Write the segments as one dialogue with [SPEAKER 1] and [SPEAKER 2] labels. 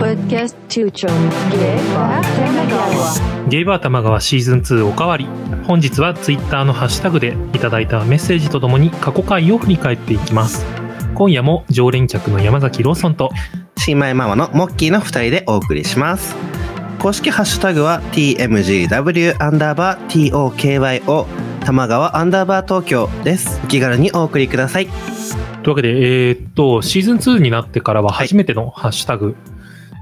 [SPEAKER 1] podcast Tucho Geba Tamagawa.
[SPEAKER 2] ゲイバー玉川シーズン2おかわり本日はツイッターのハッシュタグでいただいたメッセージとともに過去回を振り返っていきます今夜も常連客の山崎ローソンと
[SPEAKER 3] 新米ママのモッキーの2人でお送りします公式ハッシュタグは TMGW アンダーバー TOKYO 玉川アンダーバー東京ですお気軽にお送りください
[SPEAKER 2] というわけでえーっとシーズン2になってからは初めてのハッシュタグ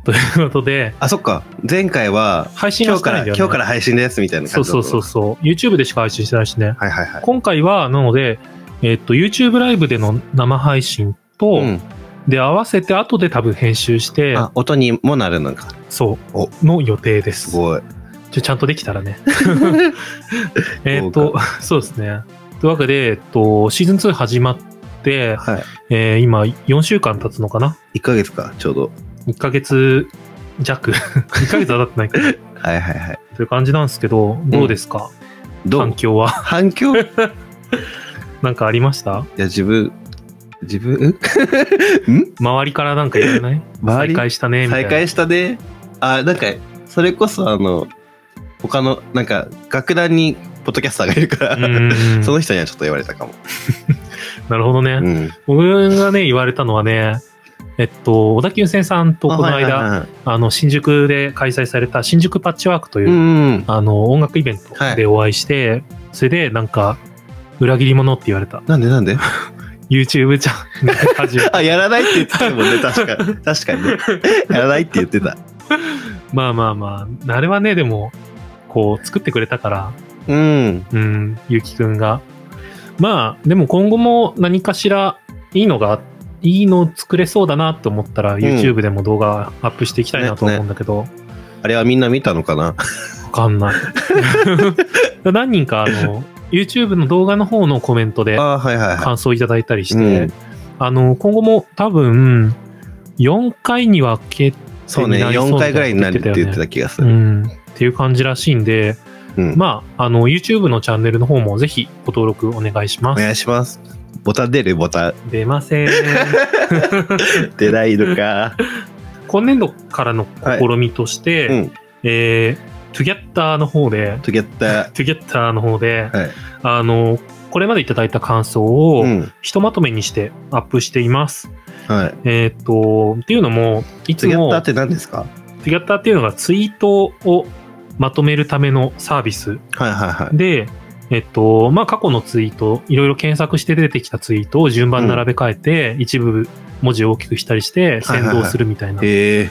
[SPEAKER 2] ということで、
[SPEAKER 3] あそっか前回は
[SPEAKER 2] 配信
[SPEAKER 3] 今
[SPEAKER 2] は
[SPEAKER 3] 日
[SPEAKER 2] して
[SPEAKER 3] か
[SPEAKER 2] ないん
[SPEAKER 3] ら、
[SPEAKER 2] だよね
[SPEAKER 3] 今日から配信ですみたいな
[SPEAKER 2] そ
[SPEAKER 3] 感
[SPEAKER 2] う
[SPEAKER 3] じ
[SPEAKER 2] そうそう
[SPEAKER 3] う
[SPEAKER 2] そう YouTube でしか配信してないしね
[SPEAKER 3] はいはいはい
[SPEAKER 2] 今回はなのでえーっと YouTube ライブでの生配信と、
[SPEAKER 3] ん、
[SPEAKER 2] で合わせて後で多分編集して
[SPEAKER 3] あ音にもなるのか
[SPEAKER 2] そ
[SPEAKER 3] お
[SPEAKER 2] うの予定ですす
[SPEAKER 3] ごい
[SPEAKER 2] ちょちゃんとできたら ね。えーっと、そうですね。というわけで、えっと、シーズン2始まって、
[SPEAKER 3] はい
[SPEAKER 2] えー今4週間経つのかな
[SPEAKER 3] 1ヶ月かちょうど
[SPEAKER 2] ?1 ヶ月弱。1ヶ月 は経ってないかな
[SPEAKER 3] はいはいはい
[SPEAKER 2] という感じなんですけど、どうですか、
[SPEAKER 3] ど
[SPEAKER 2] 反
[SPEAKER 3] う
[SPEAKER 2] 響は。
[SPEAKER 3] 反響 い
[SPEAKER 2] なんかありました
[SPEAKER 3] や自分自分ん
[SPEAKER 2] 周りからなんか言われない
[SPEAKER 3] 周り
[SPEAKER 2] 再開したね、みたい
[SPEAKER 3] 再
[SPEAKER 2] な。
[SPEAKER 3] 開したねあなんかそれこそあの他のなんか楽団にポッドキャスターがいるから、
[SPEAKER 2] うーん
[SPEAKER 3] その人にはちょっと言われたかも、
[SPEAKER 2] なるほどね。
[SPEAKER 3] うん、
[SPEAKER 2] 僕がね、言われたのはね、えっと、小田急線さんとこの間、あ,、
[SPEAKER 3] はいはいはい
[SPEAKER 2] の、新宿で開催された新宿パッチワークという、
[SPEAKER 3] うん
[SPEAKER 2] あの、音楽イベントでお会いして、それでなんか、裏切り者って言われた。
[SPEAKER 3] なんでなんで
[SPEAKER 2] YouTube チャンネル始め
[SPEAKER 3] あやらないって言ってたもんね確かに確かにねやらないって言ってた
[SPEAKER 2] まあまあまあ、あれはね、でも、こう、作ってくれたから、
[SPEAKER 3] うん
[SPEAKER 2] うん、ゆうきくんが。まあ、でも今後も何かしらいいのが、いいの作れそうだなと思ったら、YouTube でも動画アップしていきたいなと思うんだけど、
[SPEAKER 3] あれはみんな見たのかな
[SPEAKER 2] わかんない。 何人か、あの、YouTube の動画の方のコメントで、
[SPEAKER 3] あはいはいは
[SPEAKER 2] 感想いただいたりし
[SPEAKER 3] い、う
[SPEAKER 2] て
[SPEAKER 3] ん、、
[SPEAKER 2] あの、今後も多分、4回に分けて、
[SPEAKER 3] そうね
[SPEAKER 2] なりそう
[SPEAKER 3] 4回ぐらいになるって言ってた気がす
[SPEAKER 2] う
[SPEAKER 3] る、
[SPEAKER 2] ん、っていう感じらしいんで、
[SPEAKER 3] うん
[SPEAKER 2] まあ、あの、YouTube のチャンネルの方もぜひご登録お願いし
[SPEAKER 3] お
[SPEAKER 2] ます。
[SPEAKER 3] 願いしますボタン出るボタン
[SPEAKER 2] 出ませ ん。
[SPEAKER 3] 出ない のか
[SPEAKER 2] 今年度からの試みとして、
[SPEAKER 3] うん
[SPEAKER 2] えー、トゥギャッターの方で、
[SPEAKER 3] トゥゲッタ
[SPEAKER 2] トゥギャッターの方で、
[SPEAKER 3] ーはい
[SPEAKER 2] あの、これまでいただいた感想を
[SPEAKER 3] う、ん
[SPEAKER 2] ひとまとめにしてアップしています。
[SPEAKER 3] はい
[SPEAKER 2] えーっと、っていうのも、いつ
[SPEAKER 3] トゥゲッ
[SPEAKER 2] も
[SPEAKER 3] ターっ、て何ですか
[SPEAKER 2] トゥギャッターっていうのがツイートをまとめるためのサービス
[SPEAKER 3] はいはいはい
[SPEAKER 2] で、えっと、まあ、過去のツイート、いろいろ検索して出てきたツイートを順番に並べ替えて、一部文字を大きくしたりして、
[SPEAKER 3] はい
[SPEAKER 2] 先
[SPEAKER 3] はい
[SPEAKER 2] 導するみたいな。
[SPEAKER 3] へえ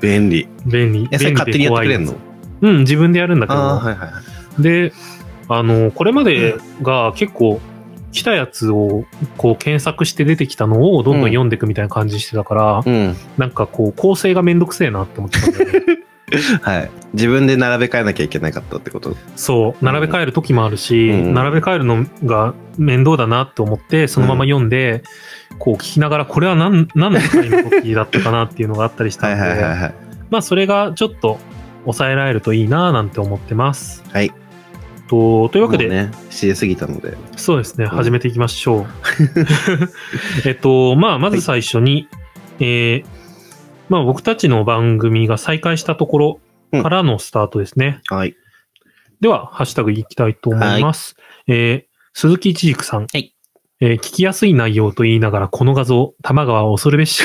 [SPEAKER 3] 便 利。
[SPEAKER 2] 便利。
[SPEAKER 3] え、それ
[SPEAKER 2] 便利
[SPEAKER 3] 勝手
[SPEAKER 2] で
[SPEAKER 3] にやって
[SPEAKER 2] 怖
[SPEAKER 3] く
[SPEAKER 2] い
[SPEAKER 3] れ
[SPEAKER 2] や
[SPEAKER 3] ん
[SPEAKER 2] つ
[SPEAKER 3] の
[SPEAKER 2] うん、自分でやるんだけど。
[SPEAKER 3] ああー、はいはいはい。
[SPEAKER 2] で、あの、これまでが結構、来たやつを、こう、検索して出てきたのをどんどん読んでいくみたいな感じしてたから、
[SPEAKER 3] うん。
[SPEAKER 2] なんかこう、構成がめんどくせえなって思ってたんだよね。
[SPEAKER 3] はい。自分で並べ替えなきゃいけなかったってこと。
[SPEAKER 2] そう、並べ替える時もあるし、
[SPEAKER 3] うん
[SPEAKER 2] 並べ替えるのが面倒だなと思って、そのまま読んで、こう聞きながら、これは何、何の回の時だったかなっていうのがあったりした
[SPEAKER 3] はい
[SPEAKER 2] ので、
[SPEAKER 3] はいはいはい。
[SPEAKER 2] まあそれがちょっと抑えられるといいななんて思ってます。
[SPEAKER 3] はい。
[SPEAKER 2] と、というわけで、
[SPEAKER 3] もうね、知りすぎたので。
[SPEAKER 2] そうですね、
[SPEAKER 3] ん
[SPEAKER 2] 始めていきまし ょう。えっと、まあまず最初に、えーまあ僕たちの番組が再開したところからのスタートですね。
[SPEAKER 3] はい。
[SPEAKER 2] では、ハッシュタグいきたいと思います。えー鈴木一軸さん。
[SPEAKER 3] はい
[SPEAKER 2] えー聞きやすい内容と言いながら、この画像、玉川恐るべ し。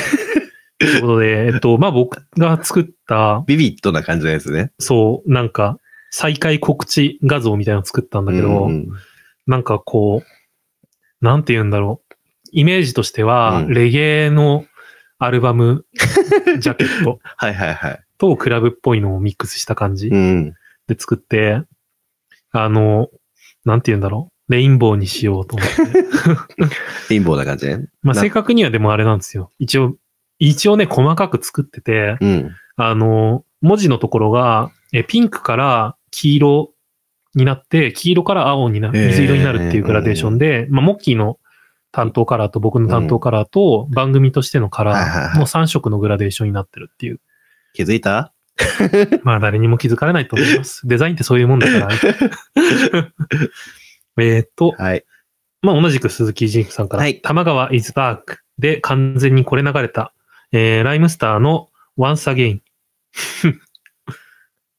[SPEAKER 2] ということで、えっと、まあ、僕が作った、
[SPEAKER 3] ビビッドな感じのやつね。
[SPEAKER 2] そう、なんか、再開告知画像みたいなの作ったんだけど、
[SPEAKER 3] うん
[SPEAKER 2] なんかこう、なんて言うんだろう。イメージとしては、
[SPEAKER 3] うん
[SPEAKER 2] レゲエのアルバム、ジャケッ ト
[SPEAKER 3] はいはいはい。
[SPEAKER 2] とクラブっぽいのをミックスした感じ。
[SPEAKER 3] うん。
[SPEAKER 2] で作って、あの、なんて言うんだろう。レインボーにしようと思 って。
[SPEAKER 3] 貧乏な感じね。
[SPEAKER 2] まあ、
[SPEAKER 3] な
[SPEAKER 2] 正確にはでもあれなんですよ。一応、一応ね、細かく作ってて、
[SPEAKER 3] うん。
[SPEAKER 2] あの、文字のところが、えピンクから黄色になって、黄色から青にな
[SPEAKER 3] へー
[SPEAKER 2] る、水色になるっていうグラデーションで、まあ、モッキーの担当カラーと僕の担当カラーと番組としてのカ
[SPEAKER 3] はいはい
[SPEAKER 2] ラ
[SPEAKER 3] はい
[SPEAKER 2] ーの3色のグラデーションになってるっていう。
[SPEAKER 3] 気づいた
[SPEAKER 2] まあ誰にも気づかれないと思います。デザインってそういうもんだから。 えーっと、
[SPEAKER 3] はい。
[SPEAKER 2] まあ同じく鈴木ジンクさんから、
[SPEAKER 3] はい
[SPEAKER 2] 玉川 is back で完全にこれ流れた、えーライムスターの Once Again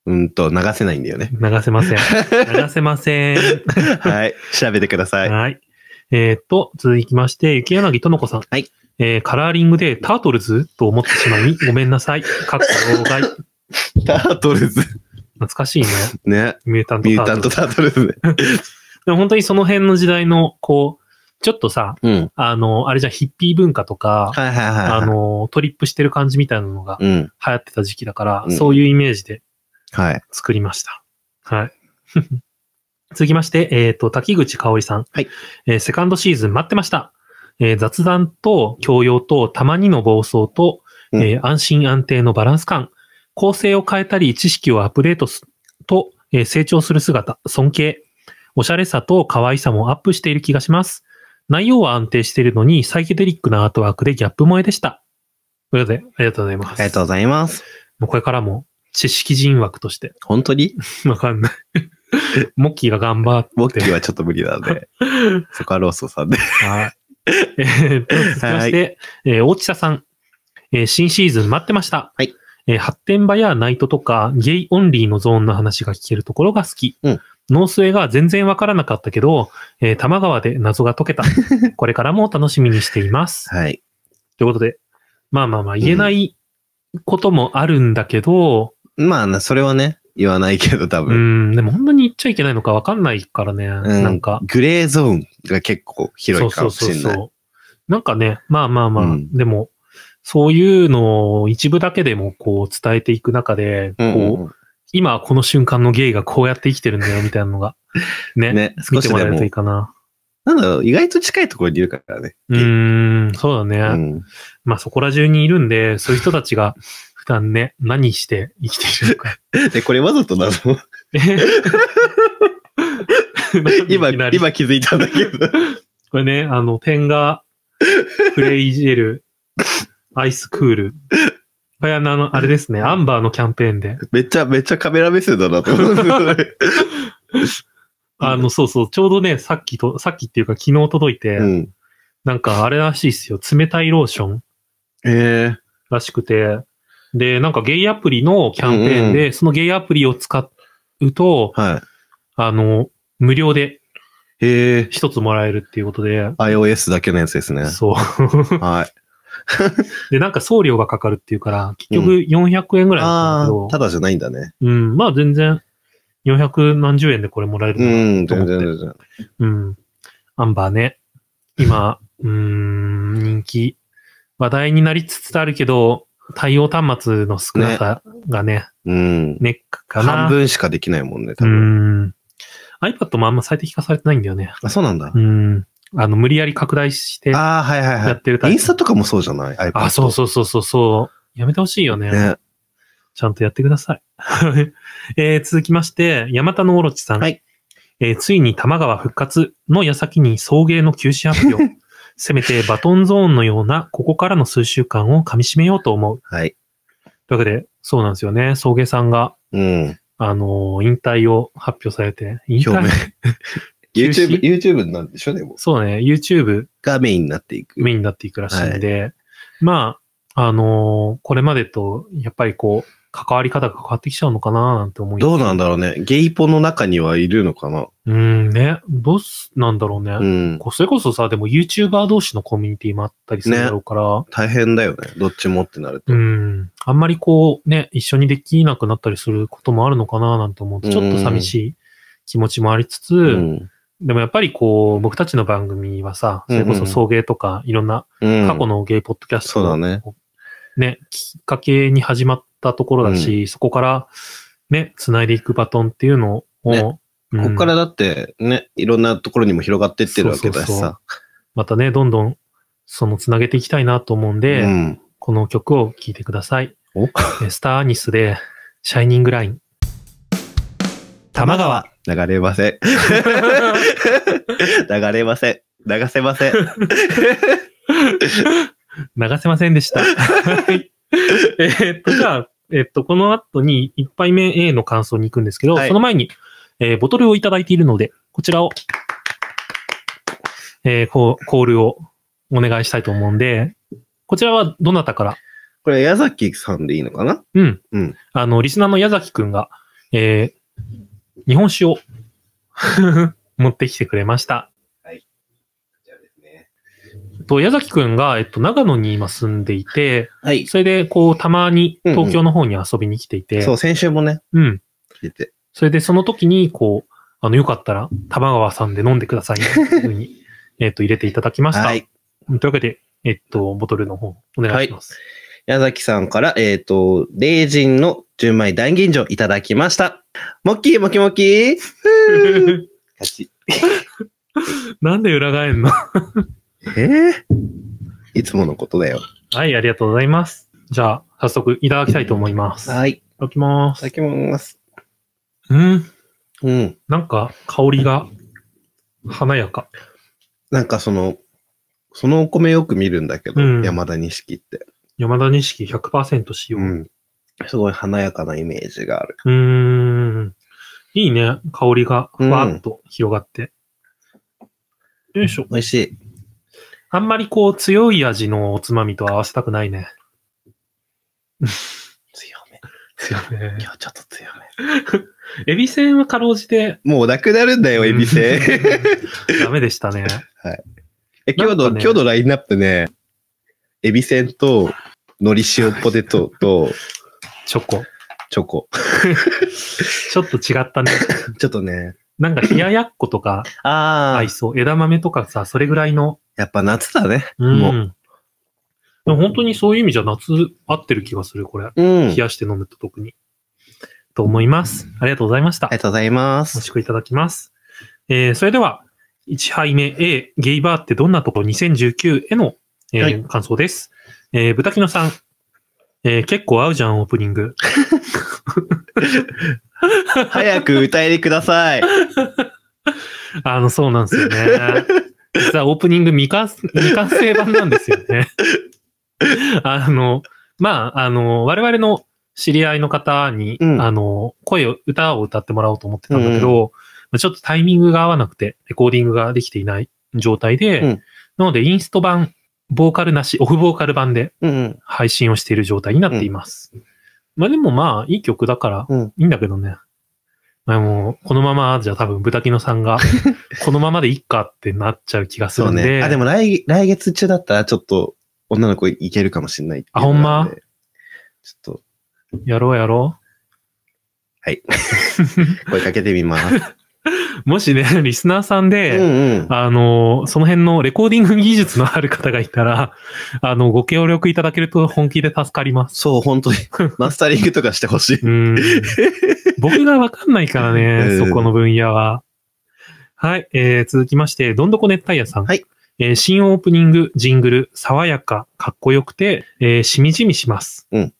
[SPEAKER 3] うんと、流せないんだ よね。
[SPEAKER 2] 流せません。流せません。
[SPEAKER 3] はい。調べてください。
[SPEAKER 2] はい。えーっと、続きまして、雪柳との子さん。
[SPEAKER 3] はい。
[SPEAKER 2] えーカラーリングでタートルズと思ってしまい、 ごめんなさい。かっこ老害。懐
[SPEAKER 3] タートルズ。
[SPEAKER 2] かしいね。
[SPEAKER 3] ね。
[SPEAKER 2] ミュータント
[SPEAKER 3] ミュー
[SPEAKER 2] タ
[SPEAKER 3] タ
[SPEAKER 2] ー
[SPEAKER 3] ン
[SPEAKER 2] ト
[SPEAKER 3] ト
[SPEAKER 2] ルズ。
[SPEAKER 3] タートルズね。
[SPEAKER 2] でも本当にその辺の時代の、こう、ちょっとさ、
[SPEAKER 3] うん。
[SPEAKER 2] あの、あれじゃんヒッピー文化とか、
[SPEAKER 3] はいはいはいはい。
[SPEAKER 2] あ、の、トリップしてる感じみたいなのが
[SPEAKER 3] うん。
[SPEAKER 2] 流行ってた時期だから、
[SPEAKER 3] うん
[SPEAKER 2] そういうイメージで
[SPEAKER 3] はい。
[SPEAKER 2] 作りました。はい。 続きまして、えっ、と、滝口香織さん。
[SPEAKER 3] はい。
[SPEAKER 2] えーセカンドシーズン待ってました。えー雑談と教養とたまにの暴走と、
[SPEAKER 3] うん
[SPEAKER 2] えー安心安定のバランス感、構成を変えたり知識をアップデートすと、えー成長する姿、尊敬、おしゃれさと可愛さもアップしている気がします。内容は安定しているのに、サイケデリックなアートワークでギャップ萌えでした。ということで、ありがとうございま
[SPEAKER 3] あ
[SPEAKER 2] す。
[SPEAKER 3] りがとうございます。
[SPEAKER 2] もうこれからも知識人枠として
[SPEAKER 3] 本当に
[SPEAKER 2] わかんない。モッキーが頑張って。
[SPEAKER 3] ボッキーはちょっと無理なの で、そこはローソンさんで。
[SPEAKER 2] はい。えーっと、続きまして、えー、大地田さん。えー新シーズン待ってました。
[SPEAKER 3] はい。
[SPEAKER 2] えー発展場やナイトとか、ゲイオンリーのゾーンの話が聞けるところが好き。
[SPEAKER 3] うん
[SPEAKER 2] ノースウェイが全然わからなかったけど、えー多摩川で謎が解け た。これからも楽しみにしています。
[SPEAKER 3] はい。
[SPEAKER 2] ということで、まあまあまあ、言えないこともあるんだけど、
[SPEAKER 3] まあ、それはね、言わないけど、多
[SPEAKER 2] うん、
[SPEAKER 3] 分。
[SPEAKER 2] でも本当に言っちゃいけないのかわかんないからね。
[SPEAKER 3] う
[SPEAKER 2] なんか、
[SPEAKER 3] グレーゾーンが結構広いかもしれない。
[SPEAKER 2] そうそうそうそう。なんかね、まあまあまあ、
[SPEAKER 3] うん
[SPEAKER 2] でも、そういうのを一部だけでもこう伝えていく中で、
[SPEAKER 3] うんうん
[SPEAKER 2] こう、今この瞬間のゲイがこうやって生きてるん だよみたいなのが、ね、
[SPEAKER 3] ね、
[SPEAKER 2] 見
[SPEAKER 3] 少
[SPEAKER 2] て
[SPEAKER 3] し
[SPEAKER 2] も
[SPEAKER 3] で
[SPEAKER 2] らえる
[SPEAKER 3] も
[SPEAKER 2] といい。かな。
[SPEAKER 3] なんだろう、意外と近いところにいるからね。
[SPEAKER 2] うーん、そうだね。
[SPEAKER 3] うん
[SPEAKER 2] まあそこら中にいるんで、そういう人たちが普段ね、何して生きているのか。
[SPEAKER 3] で、これわざとなの今、
[SPEAKER 2] いきなり
[SPEAKER 3] 今気づいたんだけど。
[SPEAKER 2] これね、あの、ペンガ、フレイジェ ル、アイスクール。これはあの、あれですね、アンバーのキャンペーンで。
[SPEAKER 3] めっちゃ、めっちゃカメラ目線だなと 思って。
[SPEAKER 2] あの、そうそう、ちょうどね、さっきと、さっきっていうか昨日届いて、
[SPEAKER 3] うん。
[SPEAKER 2] なんかあれらしいですよ、冷たいローション
[SPEAKER 3] え
[SPEAKER 2] らしくて、で、なんかゲイアプリのキャンペーンで、そのゲイアプリを使うと、
[SPEAKER 3] ー、は
[SPEAKER 2] あの、無料で
[SPEAKER 3] い。えー、
[SPEAKER 2] 一つもらえるっていうことで、
[SPEAKER 3] iOS だけのやつですね。
[SPEAKER 2] そう。
[SPEAKER 3] はい。
[SPEAKER 2] で、なんか送料がかかるっていうから、結局400円ぐらいなんだ
[SPEAKER 3] あ
[SPEAKER 2] けど、
[SPEAKER 3] あ、ただじゃないんだね。
[SPEAKER 2] うん、まあ全然、400何十円でこれもらえる
[SPEAKER 3] う
[SPEAKER 2] な。
[SPEAKER 3] ん、
[SPEAKER 2] と思
[SPEAKER 3] 全然
[SPEAKER 2] って
[SPEAKER 3] 全然。
[SPEAKER 2] うん。アンバーね。今、うーん、人気。話題になりつつあるけど、対応端末の少なさがね、
[SPEAKER 3] うん。
[SPEAKER 2] ネックかな。
[SPEAKER 3] 半分しかできないもんね、多
[SPEAKER 2] う
[SPEAKER 3] 分。
[SPEAKER 2] ん。iPad もあんま最適化されてないんだよね。
[SPEAKER 3] あ、そうなんだ
[SPEAKER 2] う。ん。あの、無理やり拡大して、あ
[SPEAKER 3] ああ、はいはい
[SPEAKER 2] やってるタ
[SPEAKER 3] は
[SPEAKER 2] イ
[SPEAKER 3] い。
[SPEAKER 2] プ
[SPEAKER 3] インスタとかもそうじゃない ?iPad。
[SPEAKER 2] そうそうそうそうそう。やめてほしいよね。
[SPEAKER 3] ね。
[SPEAKER 2] ちゃんとやってください。 えー続きまして、山田のオロチさん。
[SPEAKER 3] はい
[SPEAKER 2] えーついに玉川復活の矢先に送迎の休止発 表。せめてバトンゾーンのような、ここからの数週間を噛み締めようと思う。
[SPEAKER 3] はい。
[SPEAKER 2] というわけで、そうなんですよね。送迎さんが、
[SPEAKER 3] うん。
[SPEAKER 2] あのー引退を発表されて。引退
[SPEAKER 3] 表明。
[SPEAKER 2] 休止
[SPEAKER 3] YouTube、YouTube なんでしょ、でも。
[SPEAKER 2] そうね。YouTube
[SPEAKER 3] がメインになっていく。
[SPEAKER 2] メインになっていくらしいんで。まあ、あのーこれまでと、やっぱりこう、関わり方が変わってきちゃうのかななんて思いつつ
[SPEAKER 3] どうなんだろうね。ゲイポの中にはいるのかな。
[SPEAKER 2] うんね。どうす、なんだろうね。
[SPEAKER 3] うん。
[SPEAKER 2] こうそれこそさ、でも YouTuber 同士のコミュニティもあったりするだろうから、
[SPEAKER 3] 大変だよね。どっちもってなると。
[SPEAKER 2] うん。あんまりこうね、一緒にできなくなったりすることもあるのかななんて思うと、ちょっと寂しい気持ちもありつつ、
[SPEAKER 3] うん。
[SPEAKER 2] でもやっぱりこう、僕たちの番組はさ、それこ
[SPEAKER 3] うんう
[SPEAKER 2] そ
[SPEAKER 3] ん
[SPEAKER 2] 送迎とか、いろんな
[SPEAKER 3] うん
[SPEAKER 2] 過去のゲイポッドキャスト
[SPEAKER 3] そうだね。
[SPEAKER 2] ね、きっかけに始まったところだし、そこからね、繋いでいくバトンっていうのを、
[SPEAKER 3] ね
[SPEAKER 2] うん
[SPEAKER 3] こっからだって、ね、いろんなところにも広がってってるわけだし
[SPEAKER 2] そうそう
[SPEAKER 3] さ。
[SPEAKER 2] またね、どんどん、その、つなげていきたいなと思うん
[SPEAKER 3] う
[SPEAKER 2] で、
[SPEAKER 3] ん。
[SPEAKER 2] この曲を聴いてください。
[SPEAKER 3] お
[SPEAKER 2] えスターアニスで、シャイニングライン。玉川。
[SPEAKER 3] 流れません。流れません。流せません。
[SPEAKER 2] 流せませんでした。はいえーっと、じゃあ、えっと、この後に1杯目 A の感想に行くんですけど、
[SPEAKER 3] はい
[SPEAKER 2] その前に、えーボトルをいただいているので、こちらを、えーこうコールをお願いしたいと思うんで、こちらはどなたから
[SPEAKER 3] ここれ、矢崎さんでいいのかな
[SPEAKER 2] うん。
[SPEAKER 3] うん
[SPEAKER 2] あの、リスナーの矢崎くんが、えー、日本酒を 持ってきてくれました。
[SPEAKER 3] じゃあですね。
[SPEAKER 2] と、矢崎くんが、えっと、長野に今住んでいて、
[SPEAKER 3] はい。
[SPEAKER 2] それで、こう、たまに
[SPEAKER 3] うんうん
[SPEAKER 2] 東京の方に遊びに来ていて、
[SPEAKER 3] そう、先週もね、
[SPEAKER 2] うん。
[SPEAKER 3] 聞いて。
[SPEAKER 2] それで、その時に、こう、あの、よかったら、玉川さんで飲んでください、ね、っていうふうに、えっと、入れていただきました。
[SPEAKER 3] はい。
[SPEAKER 2] というわけで、えっと、ボトルの方、お願いします。
[SPEAKER 3] 矢崎さんから、えっ、と、レイジンの純米大吟醸いただきました。モッキー、モキモキー。 勝ち。
[SPEAKER 2] なんで裏返んの
[SPEAKER 3] えー、いつものことだよ。
[SPEAKER 2] はい、ありがとうございます。じゃあ、早速、いただきたいと思います。い
[SPEAKER 3] はい。い
[SPEAKER 2] ただきま
[SPEAKER 3] た
[SPEAKER 2] す
[SPEAKER 3] だ。きます。
[SPEAKER 2] うん。
[SPEAKER 3] うん。
[SPEAKER 2] なんか、香りが、華やか。
[SPEAKER 3] なんかその、そのお米よく見るんだけど、
[SPEAKER 2] うん
[SPEAKER 3] 山田錦って。
[SPEAKER 2] 山田錦100%使用。
[SPEAKER 3] う。
[SPEAKER 2] うん
[SPEAKER 3] すごい華やかなイメージがある。
[SPEAKER 2] ーん。いいね。香りが、ふわっと広がって。よいしょ。
[SPEAKER 3] 美味しい。
[SPEAKER 2] あんまりこう、強い味のおつまみと合わせたくないね。
[SPEAKER 3] 強め。
[SPEAKER 2] 強いね。
[SPEAKER 3] 今日ちょっと強
[SPEAKER 2] エビせんはかろうじて。
[SPEAKER 3] め。もうなくなるんだよ、エビ せ。
[SPEAKER 2] うん。 ダメでしたね。
[SPEAKER 3] え、今
[SPEAKER 2] な
[SPEAKER 3] 日の、
[SPEAKER 2] んかね
[SPEAKER 3] 今日のラインナップね、エビせんと、海苔塩ポテトと、
[SPEAKER 2] チョコ。
[SPEAKER 3] チョコ。
[SPEAKER 2] ちょっと違ったね。
[SPEAKER 3] ちょっとね、
[SPEAKER 2] なんか冷ややっことか
[SPEAKER 3] ああ
[SPEAKER 2] 合い、そう。枝豆とかさ、それぐらいの。
[SPEAKER 3] やっぱ夏だね。
[SPEAKER 2] うん。
[SPEAKER 3] も
[SPEAKER 2] でも本当にそういう意味じゃ夏合ってる気がする、これ。
[SPEAKER 3] うん。あ
[SPEAKER 2] 冷
[SPEAKER 3] りが
[SPEAKER 2] やして飲むと特に。と思います。ありがとうございました。
[SPEAKER 3] とうございます
[SPEAKER 2] お。しくいただきます。えー、それでは、1杯目 A、ゲイバーってどんなとこ2019への、えー
[SPEAKER 3] はい
[SPEAKER 2] 感想です。えー、豚キノさん、えー、結構合うじゃん、オープニング。
[SPEAKER 3] 早く歌いでくださ い。
[SPEAKER 2] あの、そうなんですよね。実はオープニング未完未完成版なんですよ ね。あの、まあ、あの、我々の知り合いの方に、
[SPEAKER 3] うん
[SPEAKER 2] あの、声を、歌を歌ってもらおうと思ってたんだけど、まあちょっとタイミングが合わなくて、レコーディングができていない状態で、
[SPEAKER 3] うん
[SPEAKER 2] なのでインスト版、ボーカルなし、オフボーカル版で
[SPEAKER 3] うん。
[SPEAKER 2] 配信をしている状態になっています。まあでもまあ、いい曲だから
[SPEAKER 3] うん、
[SPEAKER 2] いいんだけどね。まあもう、このままじゃ多分、ブタキノさん が、このままでいっかってなっちゃう気がす
[SPEAKER 3] そ
[SPEAKER 2] る
[SPEAKER 3] うん
[SPEAKER 2] で。
[SPEAKER 3] ね。あ、でも来、来月中だったら、ちょっと、女の子いけるかもしれないっていうのがるでちょっと、
[SPEAKER 2] やろうやろ
[SPEAKER 3] 声かけてみ ます。
[SPEAKER 2] う。もしね、 リスナーさん
[SPEAKER 3] うん
[SPEAKER 2] で、
[SPEAKER 3] うん。
[SPEAKER 2] あの、その辺のレコーディング技術のある方がいたら、あの、ご協力いただけると本気で助かります。
[SPEAKER 3] そう、本 当に。マスタリングとかしてほしい。
[SPEAKER 2] うん僕がわかんないからね、
[SPEAKER 3] うん
[SPEAKER 2] そこの分野は。はい、えー、続きまして、どんどこ熱帯夜さん。
[SPEAKER 3] はい。
[SPEAKER 2] えー新オープニング、ジングル、爽やか、かっこよくて、えーしみじみします。
[SPEAKER 3] うん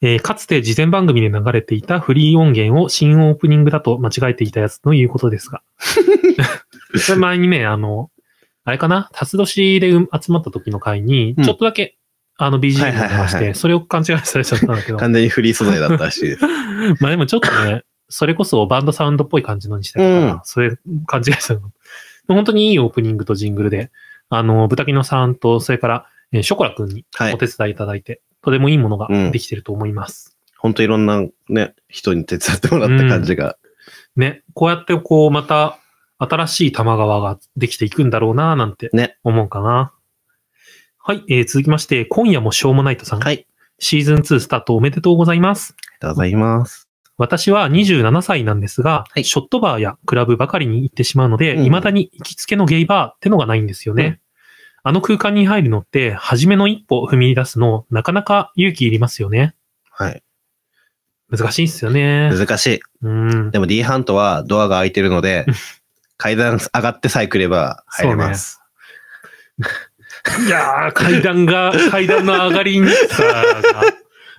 [SPEAKER 2] えーかつて事前番組で流れていたフリー音源を新オープニングだと間違えていたやつということ ですが。それ前にね、あの、あれかな、辰年で集まった時の回に
[SPEAKER 3] う、ん
[SPEAKER 2] ちょっとだけ、あの BGM
[SPEAKER 3] はいは
[SPEAKER 2] が
[SPEAKER 3] いはい
[SPEAKER 2] 流
[SPEAKER 3] はい
[SPEAKER 2] して、それを勘違いされちゃったんだけど。
[SPEAKER 3] 完全にフリー素材だったらしいです。
[SPEAKER 2] まあでもちょっとね、それこそバンドサウンドっぽい感じのにしたから、
[SPEAKER 3] うん
[SPEAKER 2] それ感じがしたの。本当にいいオープニングとジングルで、あの、ブタキノさんと、それから、えーショコラくんにお
[SPEAKER 3] は い。
[SPEAKER 2] 手伝いいただいて、とてもいいものが
[SPEAKER 3] うん
[SPEAKER 2] できてると思います。
[SPEAKER 3] 本当いろんなね、人に手伝ってもらった感じが。
[SPEAKER 2] ね、こうやってこう、また、新しい玉川ができていくんだろうな、なんて
[SPEAKER 3] ね、
[SPEAKER 2] 思うかな。はい、えー続きまして、今夜もしょうもないとさん。
[SPEAKER 3] はい。あり
[SPEAKER 2] シーズン2スタートおめでとうございます。
[SPEAKER 3] がとうございます。
[SPEAKER 2] 私は27歳なんですが、
[SPEAKER 3] はい
[SPEAKER 2] ショットバーやクラブばかりに行ってしまうので、
[SPEAKER 3] うん
[SPEAKER 2] 未だに行きつけのゲイバーってのがないんですよね。
[SPEAKER 3] うん
[SPEAKER 2] あの空間に入るのって、初めの一歩踏み出すの、なかなか勇気いりますよね。
[SPEAKER 3] はい。
[SPEAKER 2] 難しいっすよね。
[SPEAKER 3] 難しい。
[SPEAKER 2] うん。
[SPEAKER 3] でも D ハントはドアが開いてる ので、階段上がってさえ来れば入れます。
[SPEAKER 2] いやー、階段 が、階段の上がりにくさが、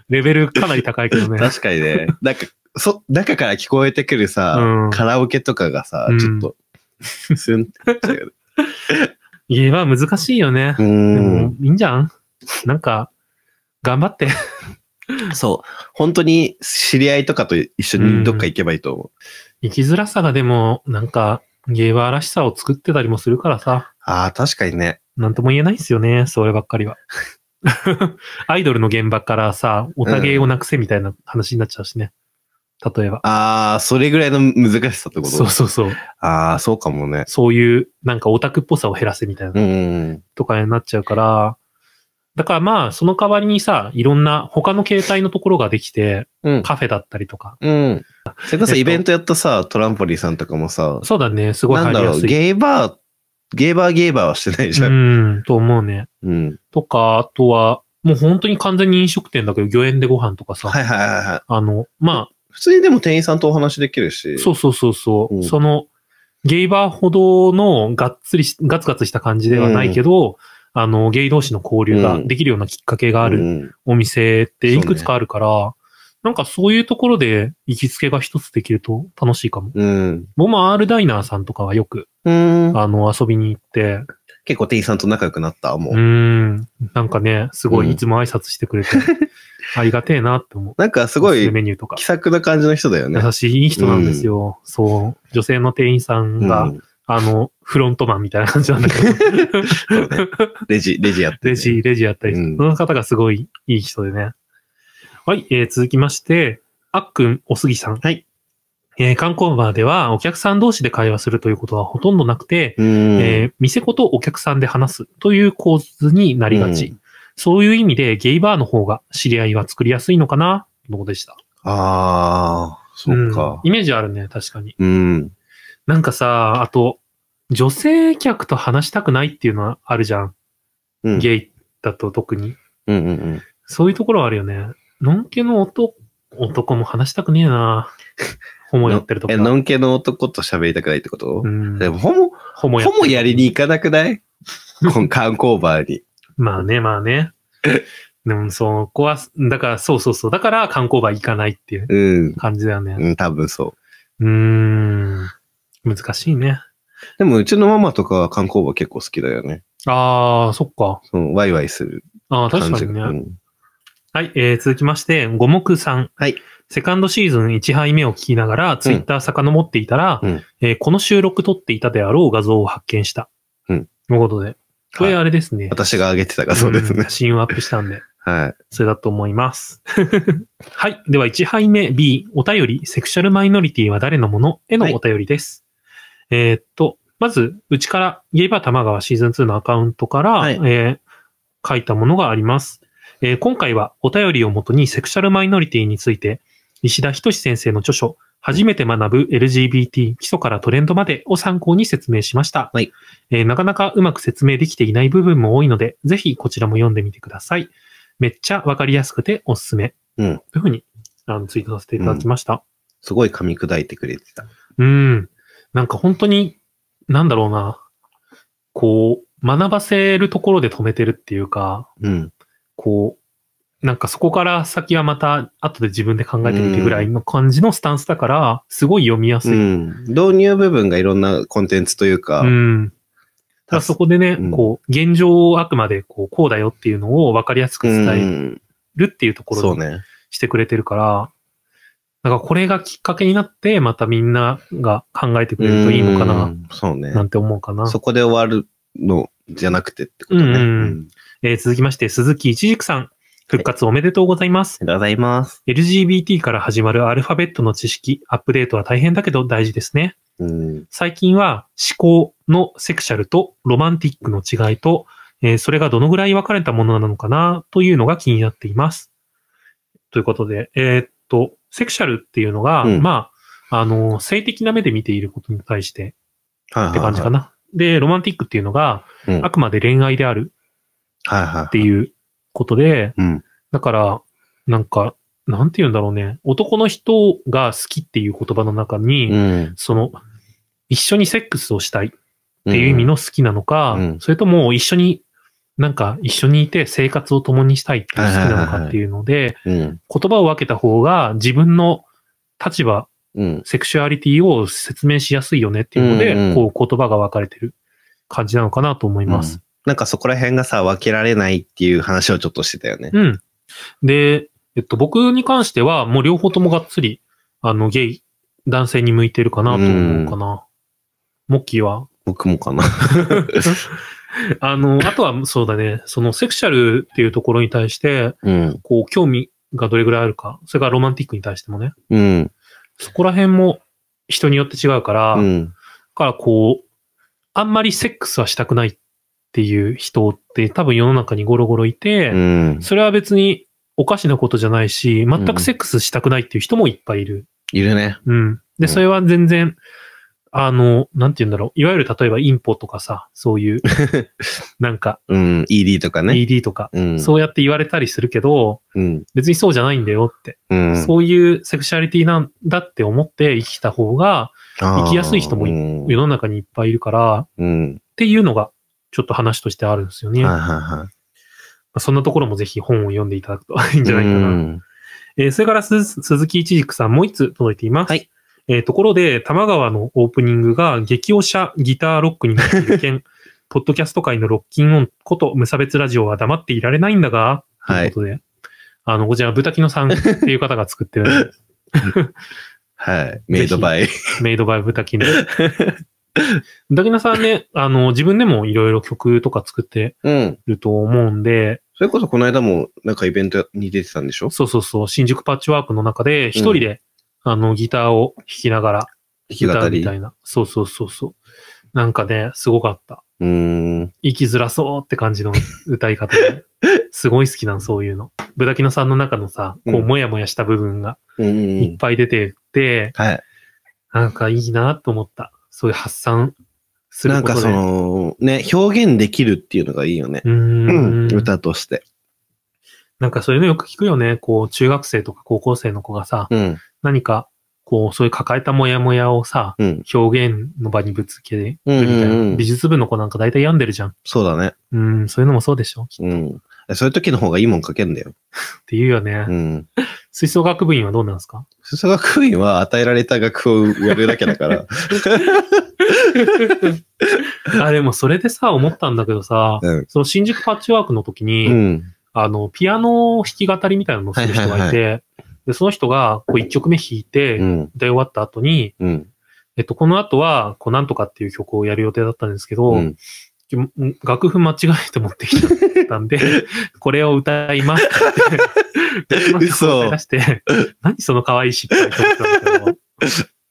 [SPEAKER 2] レベルかなり高いけどね。
[SPEAKER 3] 確か にね。なんか、そ、中から聞こえてくるさ、
[SPEAKER 2] うん
[SPEAKER 3] カラオケとかがさ
[SPEAKER 2] う、ん
[SPEAKER 3] ち ょっと、スンってしちゃうよね。
[SPEAKER 2] ゲイバー難しいよね。
[SPEAKER 3] う
[SPEAKER 2] でも
[SPEAKER 3] ん。、
[SPEAKER 2] いいんじゃんなんか、頑張って。
[SPEAKER 3] そう。本当に知り合いとかと一緒にどっか行けばいいと思う。
[SPEAKER 2] 生きづらさがでも、なんか、ゲーバーらしさを作ってたりもするからさ、
[SPEAKER 3] ああ、確かにね。
[SPEAKER 2] なんとも言えないですよね、そればっかりは。 アイドルの現場からさ、おたげをなくせみたいな話になっちゃうしね。例えば。
[SPEAKER 3] ああ、それぐらいの難しさってこと
[SPEAKER 2] そうそうそう。
[SPEAKER 3] ああ、そうかもね。
[SPEAKER 2] そういう、なんかオタクっぽさを減らせみたいな
[SPEAKER 3] う、ん。
[SPEAKER 2] とかになっちゃうから、だからまあ、その代わりにさ、いろんな他の形態のところができて、
[SPEAKER 3] うん。
[SPEAKER 2] カフェだったりとか。
[SPEAKER 3] うん。それ
[SPEAKER 2] え
[SPEAKER 3] こ
[SPEAKER 2] っ
[SPEAKER 3] そ
[SPEAKER 2] と
[SPEAKER 3] イベントやったさ、トランポリンさんとかもさ、
[SPEAKER 2] そうだね、すごい
[SPEAKER 3] な
[SPEAKER 2] 入
[SPEAKER 3] んだ
[SPEAKER 2] りや
[SPEAKER 3] ろう、
[SPEAKER 2] すい。
[SPEAKER 3] ゲイバー、ゲイバーゲイバーはしてないじゃ。
[SPEAKER 2] うんん、と思うね。
[SPEAKER 3] うん。
[SPEAKER 2] とか、あとは、もう本当に完全に飲食店だけど、漁園でご飯とかさ、
[SPEAKER 3] はいはいはいはい。
[SPEAKER 2] あの、ま
[SPEAKER 3] 普通にでも店員さんとお話できるし。
[SPEAKER 2] あ、そうそうそうそう、
[SPEAKER 3] うん
[SPEAKER 2] その、ゲイバーほどのがっつりし、ガツガツした感じではないけど、あの、ゲイ同士の交流ができるようなきっかけがある
[SPEAKER 3] うん
[SPEAKER 2] お店っていくつかあるから、なんかそういうところで行きつけが一つできると楽しいかも。
[SPEAKER 3] うん。
[SPEAKER 2] 僕も R ダイナーさんとかはよく、
[SPEAKER 3] うん。
[SPEAKER 2] あの、遊びに行って、
[SPEAKER 3] 結構店員さんと仲良くなったもう。
[SPEAKER 2] うーん、なんかね、すご
[SPEAKER 3] う
[SPEAKER 2] い、
[SPEAKER 3] ん
[SPEAKER 2] いつも挨拶してく れて、ありがてえなって思う。
[SPEAKER 3] なんかすご
[SPEAKER 2] おすす
[SPEAKER 3] い
[SPEAKER 2] めメニューとか
[SPEAKER 3] 気。さくな感じの人だよね。
[SPEAKER 2] 優しい、いい人なんですよ。そう。女性の店員さんが、
[SPEAKER 3] うん
[SPEAKER 2] あの、フロントマンみたいな感じなん だけど、
[SPEAKER 3] そうねレジ、レジやってね。
[SPEAKER 2] レジ、レジやったり、
[SPEAKER 3] うん
[SPEAKER 2] その方がすごいいい人でね。はい、えー続きまして、あっくん、おすぎさん。はい。えー観光バーではお客さん同士で会話するということはほとんどなくて、
[SPEAKER 3] うん。
[SPEAKER 2] えー店子とお客さんで話すという構図になりがち。
[SPEAKER 3] う
[SPEAKER 2] そういう意味でゲイバーの方が知り合いは作りやすいのかなとのことでした。
[SPEAKER 3] ああ、そっか
[SPEAKER 2] ん。イメージあるね、確かに。
[SPEAKER 3] うん。
[SPEAKER 2] なんかさ、あと、女性客と話したくないっていうのはあるじゃん。
[SPEAKER 3] うん
[SPEAKER 2] ゲイだと特に。
[SPEAKER 3] うんうんうん。
[SPEAKER 2] そういうところはあるよね。のんけの男、男も話したくねえな。ホモやってるとか。
[SPEAKER 3] え、のんけの男と喋りたくないってこと
[SPEAKER 2] うん
[SPEAKER 3] でも、ほぼ、
[SPEAKER 2] ホモやって
[SPEAKER 3] ほ
[SPEAKER 2] る
[SPEAKER 3] ぼやりに行かなくないこの 観光バーに。
[SPEAKER 2] まあね、まあ ね。でも、そこは、だから、そうそうそう。だから、観光場行かないっていう
[SPEAKER 3] うん。
[SPEAKER 2] 感じだよね。
[SPEAKER 3] うん、多分そう
[SPEAKER 2] ーん。難しいね。
[SPEAKER 3] う。でも、うちのママとかは観光バー結構好きだよね。
[SPEAKER 2] ああ、そっか。
[SPEAKER 3] そのワイワイする
[SPEAKER 2] ああ、
[SPEAKER 3] 感じ
[SPEAKER 2] 確
[SPEAKER 3] が。
[SPEAKER 2] かにね。
[SPEAKER 3] うん
[SPEAKER 2] はい、えー続きまして、五目さん。
[SPEAKER 3] はい
[SPEAKER 2] セカンドシーズン1杯目を聞きながら、ツイッター遡っていたら、
[SPEAKER 3] うん
[SPEAKER 2] えーこの収録撮っていたであろう画像を発見した。
[SPEAKER 3] うん。
[SPEAKER 2] ということで。これあれですね。
[SPEAKER 3] 私が上げてたからそうです
[SPEAKER 2] ん
[SPEAKER 3] ね
[SPEAKER 2] 写。真をアップしたんで、
[SPEAKER 3] はい。
[SPEAKER 2] それだと思います。 はい。では、1杯目 B、お便り、セクシャルマイノリティは誰のものへ
[SPEAKER 3] は
[SPEAKER 2] の
[SPEAKER 3] い
[SPEAKER 2] お便りです。えーっと、まず、うちから、ゲイバー玉川シーズン2のアカウントから、
[SPEAKER 3] はい
[SPEAKER 2] えー書いたものがあります。えー今回はお便りをもとにセクシャルマイノリティについて、石田仁先生の著書、初めて学ぶ LGBT 基礎からトレンドまでを参考に説明しました。
[SPEAKER 3] はい
[SPEAKER 2] えーなかなかうまく説明できていない部分も多いので、ぜひこちらも読んでみてください。めっちゃわかりやすくておすすめ。
[SPEAKER 3] うん
[SPEAKER 2] というふうにあのツイートさせていただきました。
[SPEAKER 3] すごい噛み砕いてくれてた。
[SPEAKER 2] うん。なんか本当に、なんだろうな。こう、学ばせるところで止めてるっていうか、
[SPEAKER 3] うん。
[SPEAKER 2] こう、なんかそこから先はまた後で自分で考えてみてぐらいの感じのスタンスだから、すごい読みやすい。
[SPEAKER 3] う
[SPEAKER 2] うん。
[SPEAKER 3] ん。導入部分がいろんなコンテンツというか、
[SPEAKER 2] だからそこでね、
[SPEAKER 3] うん
[SPEAKER 2] こう、現状をあくまでこう、こうだよっていうのを分かりやすく
[SPEAKER 3] うん
[SPEAKER 2] 伝えるっていうとこ
[SPEAKER 3] そ
[SPEAKER 2] ろ
[SPEAKER 3] う
[SPEAKER 2] に
[SPEAKER 3] ね。
[SPEAKER 2] してくれてるから、なんかこれがきっかけになって、またみんなが考えてくれるといいのか
[SPEAKER 3] う
[SPEAKER 2] な、
[SPEAKER 3] ん。そうね。
[SPEAKER 2] なんて思うかな。
[SPEAKER 3] そこで終わるのじゃなくてってことね。
[SPEAKER 2] うんうんうん
[SPEAKER 3] うん
[SPEAKER 2] えー続きまして、鈴木一軸さん。復活おめでとうございます。
[SPEAKER 3] ありがとうございます。
[SPEAKER 2] LGBT から始まるアルファベットの知識、アップデートは大変だけど大事ですね。
[SPEAKER 3] うん。
[SPEAKER 2] 最近は思考のセクシャルとロマンティックの違いと、えーそれがどのぐらい分かれたものなのかなというのが気になっています。ということで、えーっと、セクシャルっていうのが、
[SPEAKER 3] うん
[SPEAKER 2] まあ、あの、性的な目で見ていることに対して
[SPEAKER 3] はいはいはい
[SPEAKER 2] って感じか。な。で、ロマンティックっていうのが、
[SPEAKER 3] うん
[SPEAKER 2] あくまで恋愛である
[SPEAKER 3] はいはい。
[SPEAKER 2] っていうことで、
[SPEAKER 3] うん。
[SPEAKER 2] だから、なんか、なんて言うんだろうね。男の人が好きっていう言葉の中に、
[SPEAKER 3] うん。
[SPEAKER 2] その、一緒にセックスをしたいっ
[SPEAKER 3] って
[SPEAKER 2] いう意味
[SPEAKER 3] の。
[SPEAKER 2] の好きなのか、
[SPEAKER 3] うん
[SPEAKER 2] それとも一緒に、なんか一緒にいて生活を共にしたいっていう好きなの
[SPEAKER 3] はいはいはいは
[SPEAKER 2] か
[SPEAKER 3] い
[SPEAKER 2] っていうので、
[SPEAKER 3] うん。
[SPEAKER 2] 言葉を分けた方が自分の立場、
[SPEAKER 3] うん。
[SPEAKER 2] セクシュアリティを説明しやすいよねっていうので、
[SPEAKER 3] うんうん
[SPEAKER 2] こう言葉が分かれてる感じなのかなと思います。
[SPEAKER 3] なんかそこら辺がさ、分けられないっていう話をちょっとしてたよね。
[SPEAKER 2] うん。で、えっと、僕に関しては、もう両方ともがっつり、あの、ゲイ、男性に向いてるかなと思うかな。モッキーは。
[SPEAKER 3] 僕もかな。
[SPEAKER 2] あの、あとは、そうだね、そのセクシャルっていうところに対して、
[SPEAKER 3] うん。
[SPEAKER 2] こう、興味がどれぐらいあるか、それからロマンティックに対してもね、
[SPEAKER 3] うん。
[SPEAKER 2] そこら辺も人によって違うから、
[SPEAKER 3] う
[SPEAKER 2] だ
[SPEAKER 3] ん。
[SPEAKER 2] からこう、あんまりセックスはしたくないっていう人って多分世の中にゴロゴロいて、
[SPEAKER 3] うん。
[SPEAKER 2] それは別におかしなことじゃないし、全
[SPEAKER 3] うん
[SPEAKER 2] くセックスしたくないっていう人もいっぱいいる。
[SPEAKER 3] いるね。
[SPEAKER 2] うん。
[SPEAKER 3] う
[SPEAKER 2] で、
[SPEAKER 3] ん
[SPEAKER 2] それは全然、あの、なんて言うんだろう。いわゆる例えばインポとかさ、そう いう、なんか、
[SPEAKER 3] うん。ED とかね。
[SPEAKER 2] ED とか、
[SPEAKER 3] うん。
[SPEAKER 2] そうやって言われたりするけど、
[SPEAKER 3] うん。
[SPEAKER 2] 別にそうじゃないんだよって、
[SPEAKER 3] うん。
[SPEAKER 2] そういうセクシャリティなんだって思って生きた方が、
[SPEAKER 3] あー
[SPEAKER 2] 生きやすい人もい世の中にいっぱいいるから、っ
[SPEAKER 3] うん。
[SPEAKER 2] ていうのが、ちょっと話としてあるんですよ
[SPEAKER 3] うん。
[SPEAKER 2] ね。
[SPEAKER 3] はい
[SPEAKER 2] ま
[SPEAKER 3] はいはい。
[SPEAKER 2] あそんなところもぜひ本を読んでいただくといいんじゃないか
[SPEAKER 3] う
[SPEAKER 2] な。
[SPEAKER 3] ん
[SPEAKER 2] えーそれからす鈴木一軸さんもう一つ届いています。
[SPEAKER 3] はい
[SPEAKER 2] えーところで、玉川のオープニングが激おしゃギターロックになっている 件、ポッドキャスト界のロッキンオンこと無差別ラジオは黙っていられないんだが、
[SPEAKER 3] は
[SPEAKER 2] という
[SPEAKER 3] い。
[SPEAKER 2] ことで、あの、こちら、ブタキノ さんっていう方が作ってる、
[SPEAKER 3] はい。メイドバイ。
[SPEAKER 2] メイドバイブタキノ。ブタキノさんね、あの、自分でもいろいろ曲とか作って
[SPEAKER 3] うん。
[SPEAKER 2] ると思うんで、
[SPEAKER 3] それこそこの間も、なんかイベントに出てたんでしょ
[SPEAKER 2] そうそうそう、新宿パッチワークの中で一人で、あの、ギターを弾きながら、
[SPEAKER 3] 弾き語
[SPEAKER 2] 歌
[SPEAKER 3] り。
[SPEAKER 2] みた
[SPEAKER 3] う
[SPEAKER 2] いな。そうそうそうそう。なんかね、すごかった。
[SPEAKER 3] ーん。
[SPEAKER 2] 生きづらそうって感じ の歌い方で。すごい好きなの、そういうの。ブダキノさんの中のさ、こ
[SPEAKER 3] う
[SPEAKER 2] う、
[SPEAKER 3] ん
[SPEAKER 2] もやもやした部分が
[SPEAKER 3] うんうんう
[SPEAKER 2] いっ
[SPEAKER 3] ん。
[SPEAKER 2] ぱい出てて、
[SPEAKER 3] はい。
[SPEAKER 2] なんかいいなと思った。そういう発散す
[SPEAKER 3] な
[SPEAKER 2] る
[SPEAKER 3] ん
[SPEAKER 2] ことで。
[SPEAKER 3] かその、ね、表現できるっていうのがいいよね。
[SPEAKER 2] う
[SPEAKER 3] うん。
[SPEAKER 2] ん。
[SPEAKER 3] 歌として。
[SPEAKER 2] なんかそういうのよく聞くよね。こう、中学生とか高校生の子がさ、
[SPEAKER 3] うん。
[SPEAKER 2] 何か、こう、そういう抱えたもやもやをさ、
[SPEAKER 3] うん。
[SPEAKER 2] 表現の場にぶつけるみたいな。
[SPEAKER 3] うんうんうん
[SPEAKER 2] 美術部の子なんか大体病んでるじゃん。
[SPEAKER 3] そうだね。
[SPEAKER 2] うん、そういうのもそうでしょきっと
[SPEAKER 3] うん。そういう時の方がいいもん書けんだよ。
[SPEAKER 2] っていうよね。
[SPEAKER 3] うん。
[SPEAKER 2] 吹奏楽部員はどうなんです か
[SPEAKER 3] 吹奏楽院は与えられた楽譜をやるだけだから。
[SPEAKER 2] あ、でもそれでさ、思ったんだけどさ、
[SPEAKER 3] うん
[SPEAKER 2] その新宿パッチワークの時に、
[SPEAKER 3] うん。
[SPEAKER 2] あの、ピアノを弾き語りみたいなのをする人がいて、でその人がこう1曲目弾いうて、
[SPEAKER 3] ん。
[SPEAKER 2] 歌い終わった後に、
[SPEAKER 3] うん。
[SPEAKER 2] えっと、この後は、こう、なんとかっていう曲をやる予定だったんですけど、
[SPEAKER 3] うん
[SPEAKER 2] きゅ楽譜間違えて持ってきちゃったん で、これを歌いますって言って。
[SPEAKER 3] 嘘
[SPEAKER 2] 歌い出して、何その可愛い失敗と思ったんだけど。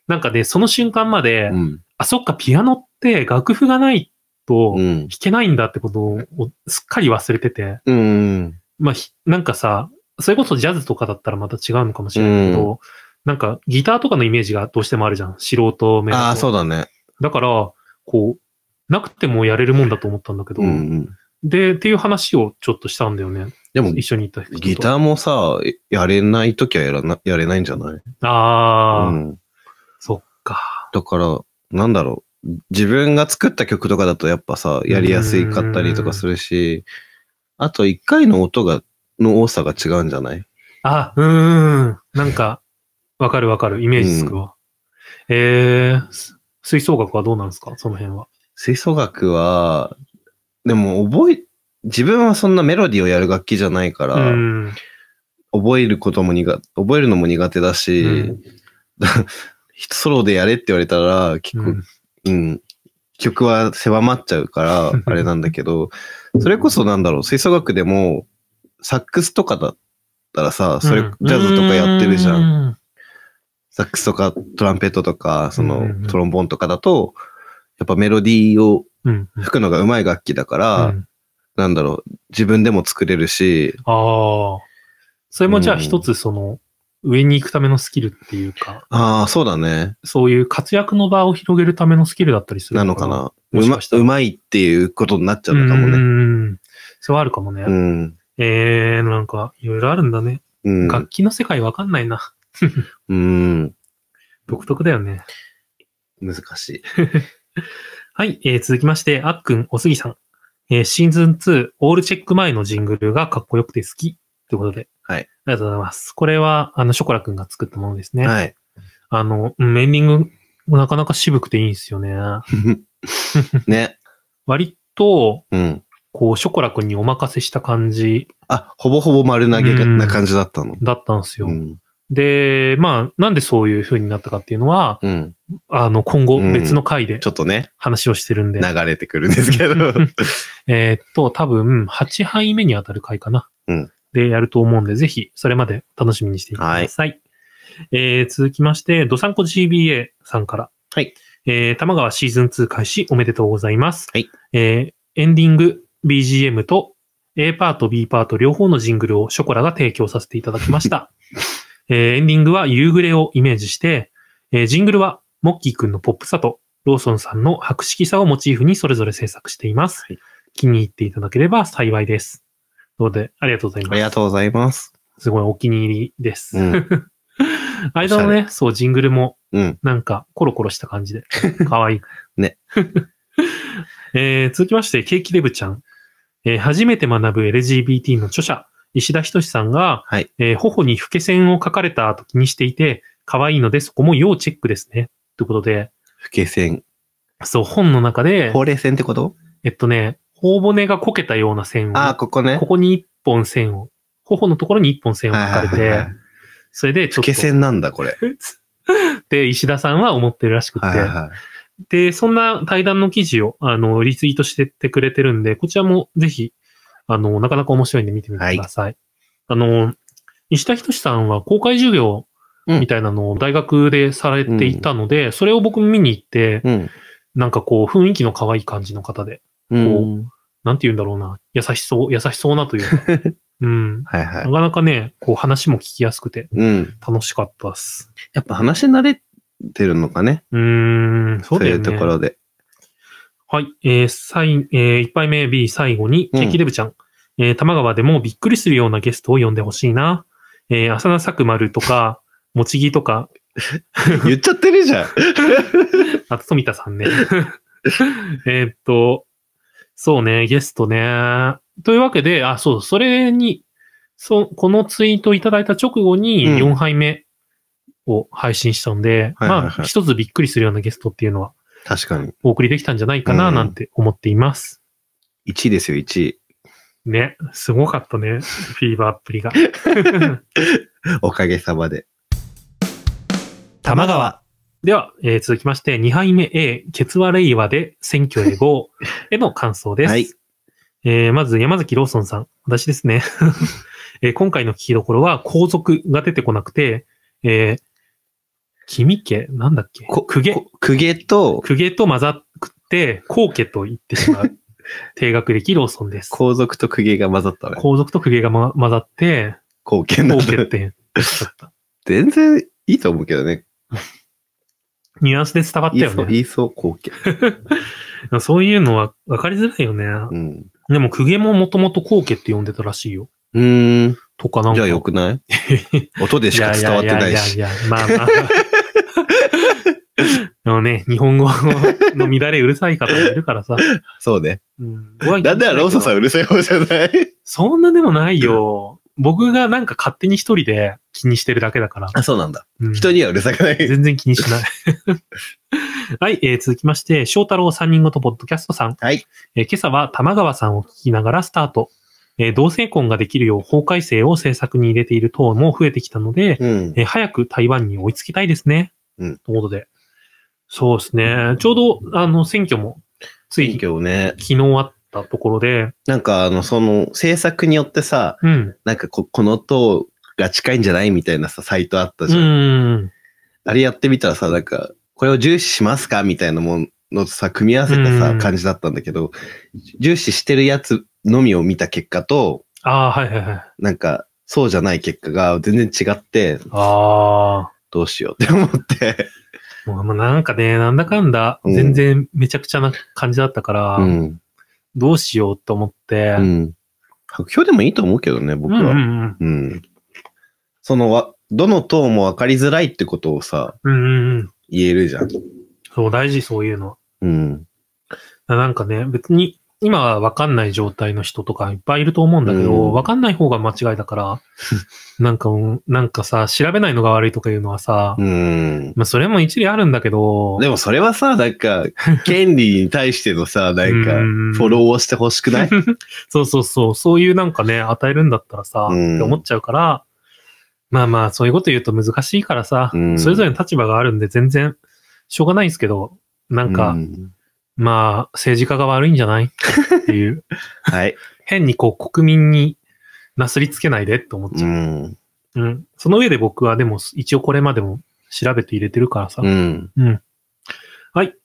[SPEAKER 2] なんかね、その瞬間まで、
[SPEAKER 3] うん。
[SPEAKER 2] あ、そっか、ピアノって楽譜がないと
[SPEAKER 3] う
[SPEAKER 2] 弾
[SPEAKER 3] ん。
[SPEAKER 2] けないんだってことをすっかり忘れてて、
[SPEAKER 3] うん。
[SPEAKER 2] まあ、ひなんかさ、それこそジャズとかだったらまた違うのかもしれないけど、なんかギターとかのイメージがどうしてもあるじゃん。素人目だと
[SPEAKER 3] ああ、そうだね。
[SPEAKER 2] だから、こう、なくてもやれるもんだと思ったんだけど、
[SPEAKER 3] うんうん。
[SPEAKER 2] で、っていう話をちょっとしたんだよね。
[SPEAKER 3] でも
[SPEAKER 2] 一、緒に行った人と。
[SPEAKER 3] ギターもさ、やれない時はやらな、やれないんじゃない
[SPEAKER 2] ああ、
[SPEAKER 3] うん。
[SPEAKER 2] そっか。
[SPEAKER 3] だから、なんだろう。自分が作った曲とかだとやっぱさ、やりやすいかったりとかするし、あと一回の音が、の多さが違うんじゃない
[SPEAKER 2] あ、うーん。なんか、わかるわかる。イメージつくわ。えー、す吹奏楽はどうなんですかその辺は。
[SPEAKER 3] 吹奏楽は、でも覚え、自分はそんなメロディーをやる楽器じゃないか
[SPEAKER 2] う
[SPEAKER 3] ら、
[SPEAKER 2] ん。
[SPEAKER 3] 覚えることも苦、覚えるのも苦手だし、
[SPEAKER 2] う
[SPEAKER 3] ソロでやれって言われたら、結構、
[SPEAKER 2] う
[SPEAKER 3] うんん、曲は狭まっちゃ うから、あれなんだけど、それこそなんだろう、吹奏楽でも、サックスとかだったらさ、それ、
[SPEAKER 2] うん
[SPEAKER 3] ジャズとかやってるじゃん。
[SPEAKER 2] ん。
[SPEAKER 3] サックスとかトランペットとか、そ
[SPEAKER 2] うん
[SPEAKER 3] の
[SPEAKER 2] うんうん
[SPEAKER 3] トロンボーンとかだと、やっぱメロディーを
[SPEAKER 2] うん。うん
[SPEAKER 3] 吹くのが上手い楽器だから、
[SPEAKER 2] うん
[SPEAKER 3] なんだろう、自分でも作れるし、
[SPEAKER 2] ああ。それもじゃあ
[SPEAKER 3] うん
[SPEAKER 2] 一つその、上に行くためのスキルっていうか、
[SPEAKER 3] ああ、そうだね。
[SPEAKER 2] そういう活躍の場を広げるためのスキルだったりする
[SPEAKER 3] なのか。な。
[SPEAKER 2] も
[SPEAKER 3] う
[SPEAKER 2] し
[SPEAKER 3] ま
[SPEAKER 2] かしたら
[SPEAKER 3] うまいっていうことになっちゃ
[SPEAKER 2] う
[SPEAKER 3] うんの
[SPEAKER 2] う
[SPEAKER 3] かも
[SPEAKER 2] ん
[SPEAKER 3] ね。
[SPEAKER 2] うん。それはあるかもね。
[SPEAKER 3] うん。
[SPEAKER 2] ええー、なんか、いろいろあるんだね。
[SPEAKER 3] うん。
[SPEAKER 2] 楽器の世界わかんないな。
[SPEAKER 3] うん。
[SPEAKER 2] 独特だよね。
[SPEAKER 3] 難しい。
[SPEAKER 2] はい、えー続きまして、あっくん、おすぎさん。えーシーズン2、オールチェック前のジングルがかっこよくて好き。ということで。
[SPEAKER 3] はい
[SPEAKER 2] ありがとうございます。これは、あの、ショコラくんが作ったものですね。
[SPEAKER 3] はい。
[SPEAKER 2] あの、うんエンディングもなかなか渋くていいんですよね。
[SPEAKER 3] ね。
[SPEAKER 2] 割と、
[SPEAKER 3] うん。
[SPEAKER 2] こう、ショコラくんにお任せした感じ
[SPEAKER 3] あ、ほぼほぼ丸投げ
[SPEAKER 2] うん
[SPEAKER 3] な感じだったの。
[SPEAKER 2] だったんですよ。
[SPEAKER 3] うん。
[SPEAKER 2] で、まあ、なんでそういう風になったかっていうのは、
[SPEAKER 3] うん。
[SPEAKER 2] あの、今後
[SPEAKER 3] うん
[SPEAKER 2] 別の回で
[SPEAKER 3] ちょっとね、
[SPEAKER 2] 話をしてるんで、
[SPEAKER 3] 流れてくるんです けど。
[SPEAKER 2] えーっと、多分、8杯目にあたる回かな。
[SPEAKER 3] うん
[SPEAKER 2] で、やると思うんで、ぜひ、それまで楽しみにしていてください。えー続きまして、ドサンコ GBA さんから。
[SPEAKER 3] はい。
[SPEAKER 2] えー、玉川シーズン2開始おめでとうございます。
[SPEAKER 3] はい。
[SPEAKER 2] えーエンディング、BGM と A パート、B パート両方のジングルをショコラが提供させていただきま した。えーエンディングは夕暮れをイメージして、えージングルはモッキーくんのポップさとローソンさんの白色さをモチーフにそれぞれ制作しています。
[SPEAKER 3] はい
[SPEAKER 2] 気に入っていただければ幸いです。ということで、ありがとうござい
[SPEAKER 3] あ
[SPEAKER 2] ま
[SPEAKER 3] り
[SPEAKER 2] す。
[SPEAKER 3] がとうございます。
[SPEAKER 2] すごいお気に入りです。
[SPEAKER 3] うん。
[SPEAKER 2] 間のね、そう、ジングルも
[SPEAKER 3] うん。
[SPEAKER 2] なんか、コロコロした感 じで。かわいい。
[SPEAKER 3] ね。
[SPEAKER 2] えー、続きまして、ケーキデブちゃん。えー初めて学ぶ LGBT の著者、石田仁さんが、
[SPEAKER 3] はい
[SPEAKER 2] えー頬に老け線を書かれたと気にしていて、可愛いので、そこも要チェックですね。ということで、
[SPEAKER 3] 不景線。
[SPEAKER 2] そう、本の中で
[SPEAKER 3] ほ、うれい線ってこと
[SPEAKER 2] えっとね、頬骨がこけたような線を、
[SPEAKER 3] ああ、ここね
[SPEAKER 2] こ。こに一本線を、頬のところに一本線を書かれ
[SPEAKER 3] はいはいはい
[SPEAKER 2] て
[SPEAKER 3] はい、
[SPEAKER 2] それでちょ
[SPEAKER 3] 不
[SPEAKER 2] っと
[SPEAKER 3] 景、線なんだ、これ。
[SPEAKER 2] で、石田さんは思ってるらしくて、
[SPEAKER 3] はいは
[SPEAKER 2] で、そんな対談の記事を、あの、リツイートしてってくれてるんで、こちらもぜひ、あの、なかなか面白いんで見てみてください。あの、石田仁さんは公開授業みたいなのを大学でされていたので、それを僕見に行って、
[SPEAKER 3] い。うん。
[SPEAKER 2] なんかこう、雰囲気の可愛い感じの方で、
[SPEAKER 3] うん。
[SPEAKER 2] なんて言うんだろうな、優しそう、優しそうなというか、 うん。
[SPEAKER 3] はいは。
[SPEAKER 2] ないかなかね、こう話も聞きやすくて
[SPEAKER 3] うん。
[SPEAKER 2] 楽しかったっす。
[SPEAKER 3] やっぱ話慣れてるのかね。
[SPEAKER 2] うーん、そ
[SPEAKER 3] そう
[SPEAKER 2] うだ
[SPEAKER 3] い
[SPEAKER 2] よ
[SPEAKER 3] う
[SPEAKER 2] ね。
[SPEAKER 3] ところで。
[SPEAKER 2] はい。えー、最、えー、1杯目 B 最後に、
[SPEAKER 3] うん
[SPEAKER 2] ケーキデブちゃん。えー、玉川でもびっくりするようなゲストを呼んでほしいな。えー、浅田作丸とか、 もちぎとか、
[SPEAKER 3] 言っちゃってるじゃん。
[SPEAKER 2] あと富田さんね。 えーっと、そうね、ゲストね。というわけで、あ、そう、それに、そ、このツイートいただいた直後に
[SPEAKER 3] うん
[SPEAKER 2] 4杯目を配信したんで、
[SPEAKER 3] はいはいはい
[SPEAKER 2] まあ、一つびっくりするようなゲストっていうのは
[SPEAKER 3] 確かに。
[SPEAKER 2] お送りできたんじゃないかな、
[SPEAKER 3] うん
[SPEAKER 2] なんて思っています。
[SPEAKER 3] 1位ですよ、1位。
[SPEAKER 2] ね、すごかったね。 フィーバーっぷりが。
[SPEAKER 3] おかげさまで。
[SPEAKER 2] 玉川。では、えー続きまして、2杯目 A、ケツワレイワで選挙へ GO への感想です。
[SPEAKER 3] はい
[SPEAKER 2] えーまず、山崎ローソンさん。私ですね。 えー今回の聞きどころは、皇族が出てこなくて、えー君家なんだっけ
[SPEAKER 3] こ
[SPEAKER 2] 公家
[SPEAKER 3] こ公家と
[SPEAKER 2] 公家と混ざって、皇家と言ってし まう。低学歴ローソンです。
[SPEAKER 3] 皇族と公家が混ざったね。
[SPEAKER 2] 皇族と公家が、ま、混ざ って、
[SPEAKER 3] 貢献
[SPEAKER 2] 皇
[SPEAKER 3] だっ。
[SPEAKER 2] 家ったて言っちゃった。
[SPEAKER 3] 全然いいと思うけどね。
[SPEAKER 2] ニュアンスで伝わった
[SPEAKER 3] いい
[SPEAKER 2] よ
[SPEAKER 3] そう、
[SPEAKER 2] ね。
[SPEAKER 3] いいそう、貢献。
[SPEAKER 2] そういうのは分かりづらいよね。
[SPEAKER 3] うん。
[SPEAKER 2] でも、公家ももともと後家って呼んでたらしいよ。
[SPEAKER 3] うーん。
[SPEAKER 2] とかなんか。
[SPEAKER 3] じゃあよくない 音でしか伝わってないし。
[SPEAKER 2] ややややまあまあ。 でもね、日本語の乱れうるさい方がいるからさ。
[SPEAKER 3] そうね。
[SPEAKER 2] うん。ご愛嬌
[SPEAKER 3] なんでローソンさんうるさい方じゃ ない
[SPEAKER 2] そんなでもないよ。僕がなんか勝手に一人で気にしてるだけだから。
[SPEAKER 3] あ、そうなんだ。
[SPEAKER 2] うん
[SPEAKER 3] 人にはうるさくない。
[SPEAKER 2] 全然気にしない。 はい、えー続きまして、翔太郎三人ごとポッドキャストさん。
[SPEAKER 3] はい。
[SPEAKER 2] えー今朝は玉川さんを聞きながらスタート。えー同性婚ができるよう法改正を政策に入れている党も増えてきたので、
[SPEAKER 3] うん。
[SPEAKER 2] えー早く台湾に追いつきたいですね。
[SPEAKER 3] うん
[SPEAKER 2] ということで。そうですね。ちょうど、あの、選挙も、つい
[SPEAKER 3] 選挙をね、
[SPEAKER 2] 昨日あったところで、
[SPEAKER 3] なんかあの、その政策によってさ、
[SPEAKER 2] うん。
[SPEAKER 3] なんかここの党が近いんじゃないみたいなさ、サイトあった
[SPEAKER 2] う
[SPEAKER 3] じゃん。
[SPEAKER 2] ん。
[SPEAKER 3] あれやってみたらさ、なんか、これを重視しますかみたいなものとさ、組み合わせた
[SPEAKER 2] う
[SPEAKER 3] さ、
[SPEAKER 2] ん
[SPEAKER 3] 感じだったんだけど、重視してるやつのみを見た結果と、
[SPEAKER 2] ああ、はいはいはい。
[SPEAKER 3] なんか、そうじゃない結果が全然違って、
[SPEAKER 2] あ
[SPEAKER 3] どうしよう って思って。
[SPEAKER 2] あ。もうなんかね、なんだかんだ、
[SPEAKER 3] うん
[SPEAKER 2] 全然めちゃくちゃな感じだったから、
[SPEAKER 3] うん。
[SPEAKER 2] どうしようと思って、
[SPEAKER 3] うん。白票でもいいと思うけどね、僕は。
[SPEAKER 2] う
[SPEAKER 3] うん。
[SPEAKER 2] うんん
[SPEAKER 3] そのわ、どの党も分かりづらいってことをさ、
[SPEAKER 2] うん。うんうんうん。
[SPEAKER 3] 言えるじゃん。
[SPEAKER 2] そう、大事、そういうのは。
[SPEAKER 3] うん。
[SPEAKER 2] なんかね、別に、今は分かんない状態の人とかいっぱいいると思うんだけど、
[SPEAKER 3] うん
[SPEAKER 2] 分かんない方が間違いだ から、なんかもう、なんかさ、調べないのが悪いとかいうのはさ、
[SPEAKER 3] うん。
[SPEAKER 2] まあ、それも一理あるんだけど、
[SPEAKER 3] でもそれはさ、なん か、権利に対してのさ、なんか、
[SPEAKER 2] うん
[SPEAKER 3] フォローをしてほしく ない
[SPEAKER 2] そうそうそう、そういうなんかね、与えるんだったらさ、
[SPEAKER 3] うん
[SPEAKER 2] って思っちゃうから、まあまあ、そういうこと言うと難しいからさ、
[SPEAKER 3] うん
[SPEAKER 2] それぞれの立場があるんで全然、しょうがないんですけど、なんか、
[SPEAKER 3] うん
[SPEAKER 2] まあ、政治家が悪いんじゃないって いう、
[SPEAKER 3] はい。
[SPEAKER 2] 変にこう、国民になすりつけないでと思っち
[SPEAKER 3] う
[SPEAKER 2] ゃう。
[SPEAKER 3] ん。
[SPEAKER 2] うん。その上で僕はでも、一応これまでも調べて入れてるからさ。
[SPEAKER 3] うん。
[SPEAKER 2] はい。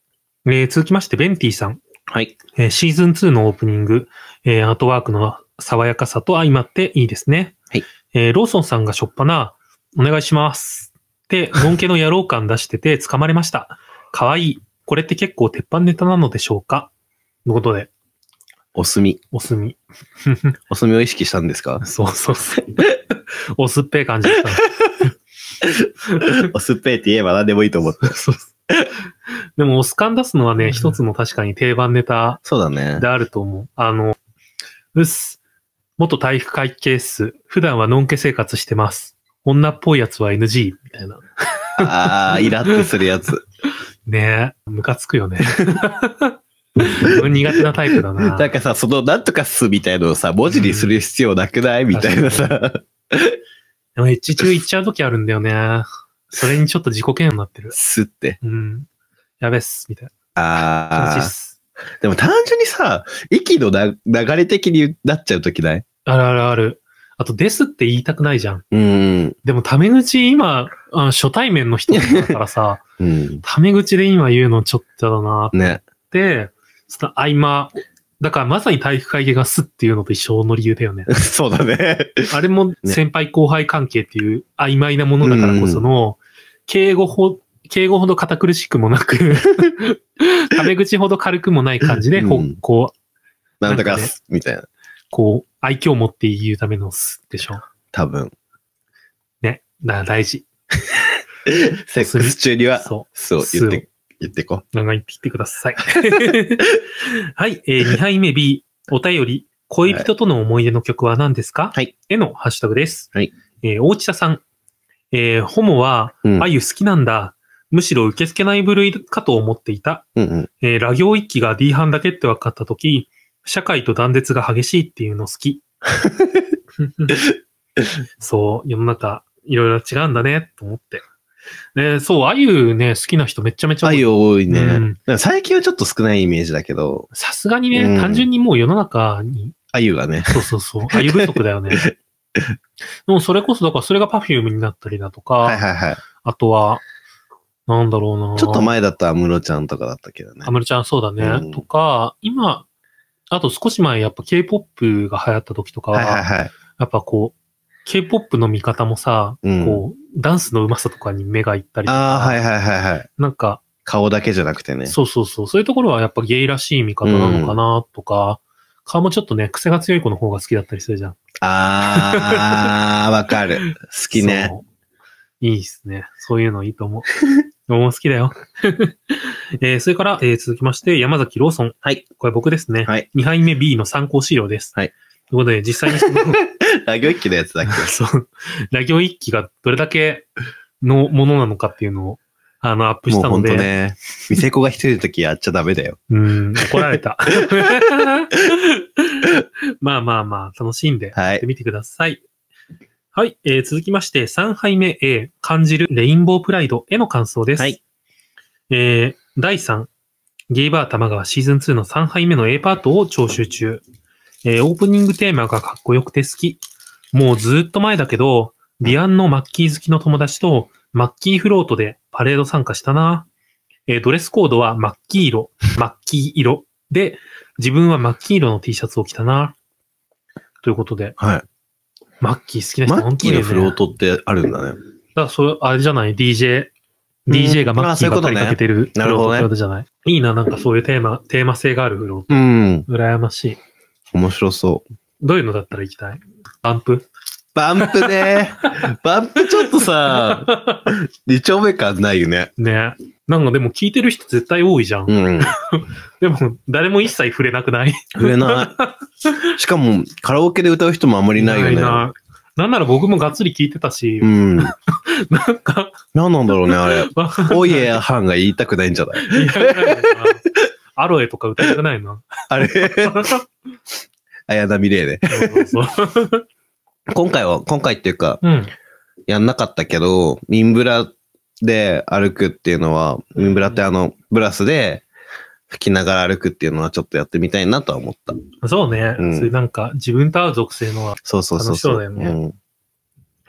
[SPEAKER 2] えー続きまして、ベンティさん。
[SPEAKER 3] はい。
[SPEAKER 2] えーシーズン2のオープニング、えーアートワークの爽やかさと相まっていいですね。
[SPEAKER 3] はい
[SPEAKER 2] えーローソンさんがしょっぱな、お願いします。って、のんけの野郎感出して て捕まれました。かわいい。これって結構鉄板ネタなのでしょうかのことで、
[SPEAKER 3] お墨。
[SPEAKER 2] お墨。
[SPEAKER 3] お墨を意識したんですか
[SPEAKER 2] そうそう そう。おすっぺい感じでした。
[SPEAKER 3] おすっぺいって言えば何でもいいと思った。
[SPEAKER 2] そうそうでも、オス感出すのは
[SPEAKER 3] う
[SPEAKER 2] ね、
[SPEAKER 3] ん
[SPEAKER 2] 一つの確かに定番ネタ
[SPEAKER 3] そうだね
[SPEAKER 2] で。あると思う。あの、うっす。元体育会系っす。普段はのんけ生活してます。女っぽいやつは NG みたいな。
[SPEAKER 3] ああ、イラッとするや つ。
[SPEAKER 2] ねえ、ムカつくよね。苦手なタイプだな。
[SPEAKER 3] なんかさ、そのなんとかすみたいのをさ、文字にする必要なくないみたいなさ。
[SPEAKER 2] でも、エッチ中行っちゃう時あるんだよね。それにちょっと自己嫌悪になってる。
[SPEAKER 3] すって。
[SPEAKER 2] うん。やべっす、みたいな。気持ちいいっ
[SPEAKER 3] あ
[SPEAKER 2] す。
[SPEAKER 3] あ。でも単純にさ、息のな流れ的になっちゃうときない
[SPEAKER 2] あるあるある。あと、ですって言いたくないじゃん。
[SPEAKER 3] うん。
[SPEAKER 2] でも、タメ口今、あ初対面の人だからさ、
[SPEAKER 3] うん。
[SPEAKER 2] タメ口で今言うのちょっとだな
[SPEAKER 3] ね。
[SPEAKER 2] って、その合間、だからまさに体育会系がすっていうのと一緒の理由だよね。
[SPEAKER 3] そうだね。
[SPEAKER 2] あれも先輩後輩関係っていう曖昧なものだからこその、敬語ほ、敬語ほど堅苦しくもな く、タメ口ほど軽くもない感じで、ほ
[SPEAKER 3] うん
[SPEAKER 2] こう、
[SPEAKER 3] なんとかす、みたいな。
[SPEAKER 2] こう、愛嬌を持って言うためのすでしょ。
[SPEAKER 3] 多分。
[SPEAKER 2] ね。だから大事。
[SPEAKER 3] セックス中には、
[SPEAKER 2] そ
[SPEAKER 3] そう、言って、言ってこ
[SPEAKER 2] う。長いってきてください。 はい、えー、2杯目 B、お便り、恋人との思い出の曲は何ですか
[SPEAKER 3] はい。
[SPEAKER 2] へのハッシュタグです。
[SPEAKER 3] はい。
[SPEAKER 2] えー大地田さん。えーホモは、
[SPEAKER 3] う。うん。
[SPEAKER 2] あゆ好きなんだ。むしろ受け付けない部類かと思っていた。
[SPEAKER 3] うんうん。
[SPEAKER 2] えーラ行一揆が D 班だけって分かったとき、社会と断絶が激しいっていうの好 き。そう、世の中、いろいろ違うんだね、と思って。ね、そう、あゆね、好きな人めちゃめちゃ
[SPEAKER 3] あ
[SPEAKER 2] 多い
[SPEAKER 3] ゆ多いね。
[SPEAKER 2] うん
[SPEAKER 3] なんか最近はちょっと少ないイメージだけど、
[SPEAKER 2] さすがにね、
[SPEAKER 3] うん
[SPEAKER 2] 単純にもう世の中に、
[SPEAKER 3] あゆがね。
[SPEAKER 2] そうそうそう、あゆ不足だよね。 でもそれこそ、だからそれがパフュームになったりだとか、
[SPEAKER 3] はいはいはい。
[SPEAKER 2] あとは、なんだろうな。
[SPEAKER 3] ちょっと前だったら安室ちゃんとかだったけどね
[SPEAKER 2] ア。ムルちゃんそうだね。
[SPEAKER 3] うん
[SPEAKER 2] とか、今、あと少し前やっぱ K-POP が流行った時とかは、
[SPEAKER 3] はいはいはい。
[SPEAKER 2] やっぱこう、K-POP の見方もさ、
[SPEAKER 3] うん
[SPEAKER 2] こう、ダンスの上手さとかに目がいったりとか、
[SPEAKER 3] ああ、はいはいはいはい。
[SPEAKER 2] なんか、
[SPEAKER 3] 顔だけじゃなくてね。
[SPEAKER 2] そうそうそう、そういうところはやっぱゲイらしい見方なのかなとか、顔もちょっとね、癖が強い子の方が好きだったりするじゃん。好
[SPEAKER 3] ああ、 わかる。好きね。。
[SPEAKER 2] いいっすね。そういうのいい と思う。俺も好きだよ。 えーそれから、えー続きまして、山崎ローソン。
[SPEAKER 3] はい。
[SPEAKER 2] これ僕ですね。
[SPEAKER 3] はい。
[SPEAKER 2] 2杯目 B の参考資料です。
[SPEAKER 3] はい。
[SPEAKER 2] ということで、実際にその、
[SPEAKER 3] ラ行一揆のやつだっけ
[SPEAKER 2] そう、ラ行一揆がどれだけのものなのかっていうのを、あの、アップし
[SPEAKER 3] もう
[SPEAKER 2] た
[SPEAKER 3] ほ
[SPEAKER 2] の
[SPEAKER 3] んと
[SPEAKER 2] で、
[SPEAKER 3] ね、店子が一人の時やっちゃダメだよ。
[SPEAKER 2] うん、怒られ た。 まあまあまあ、楽しんで、
[SPEAKER 3] はい
[SPEAKER 2] やってみてください。はい、えー続きまして、3杯目 A、感じるレインボープライドへの感想です。
[SPEAKER 3] はい。
[SPEAKER 2] えー第3、ゲイバー玉川シーズン2の3杯目の A パートを聴取中。えーオープニングテーマがかっこよくて好き。もうずーっと前だけど、ビアンのマッキー好きの友達とマッキーフロートでパレード参加したな。えードレスコードはマッキー色、マッキー色で、自分はマッキー色の T シャツを着たな。ということで、
[SPEAKER 3] は。
[SPEAKER 2] マッキー好きない人
[SPEAKER 3] マ
[SPEAKER 2] 本
[SPEAKER 3] ッ
[SPEAKER 2] 当
[SPEAKER 3] キ
[SPEAKER 2] に
[SPEAKER 3] ー
[SPEAKER 2] ね
[SPEAKER 3] のフロートってあるんだね。
[SPEAKER 2] だから、それ、あれじゃない ?DJ。
[SPEAKER 3] ん
[SPEAKER 2] DJ がマ
[SPEAKER 3] あ
[SPEAKER 2] ッキ
[SPEAKER 3] そうい
[SPEAKER 2] ー
[SPEAKER 3] う
[SPEAKER 2] ばっか
[SPEAKER 3] こと
[SPEAKER 2] り
[SPEAKER 3] ね
[SPEAKER 2] かけてるフ
[SPEAKER 3] なるほ
[SPEAKER 2] ロート
[SPEAKER 3] ど
[SPEAKER 2] っ
[SPEAKER 3] ね
[SPEAKER 2] てことじゃないいいな、なんかそういうテーマ、テーマ性があるフロ
[SPEAKER 3] う
[SPEAKER 2] ー。
[SPEAKER 3] ん
[SPEAKER 2] ト。羨ましい。
[SPEAKER 3] 面白そう。
[SPEAKER 2] どういうのだったら行きたいバンプ
[SPEAKER 3] バンプね。バンプちょっとさ、二丁目感ないよね。
[SPEAKER 2] ねなんかでも聞いてる人絶対多いじゃん。
[SPEAKER 3] うん。
[SPEAKER 2] でも、誰も一切触れなくない
[SPEAKER 3] 売れない。しかも、カラオケで歌う人もあんまりいないよね。
[SPEAKER 2] ないなんなら僕もがっつり聞いてたし、
[SPEAKER 3] うん。
[SPEAKER 2] なんか、
[SPEAKER 3] 何なんだろうね、あれ。
[SPEAKER 2] わかん
[SPEAKER 3] おいえやはんが言いたくないんじゃない
[SPEAKER 2] ないな アロエとか歌いたくない な。
[SPEAKER 3] あれ綾波レイね。
[SPEAKER 2] そうそうそう
[SPEAKER 3] 今回は、今回っていうか、
[SPEAKER 2] うん。
[SPEAKER 3] やんなかったけど、ミンブラで歩くっていうのは、ミンブラってあの、ブラスで吹きながら歩くっていうのはちょっとやってみたいなとは思った。
[SPEAKER 2] そうね。
[SPEAKER 3] うん
[SPEAKER 2] それなんか、自分と合う属性のは。
[SPEAKER 3] そうそうそうそう。
[SPEAKER 2] 楽しそうだよ
[SPEAKER 3] ね。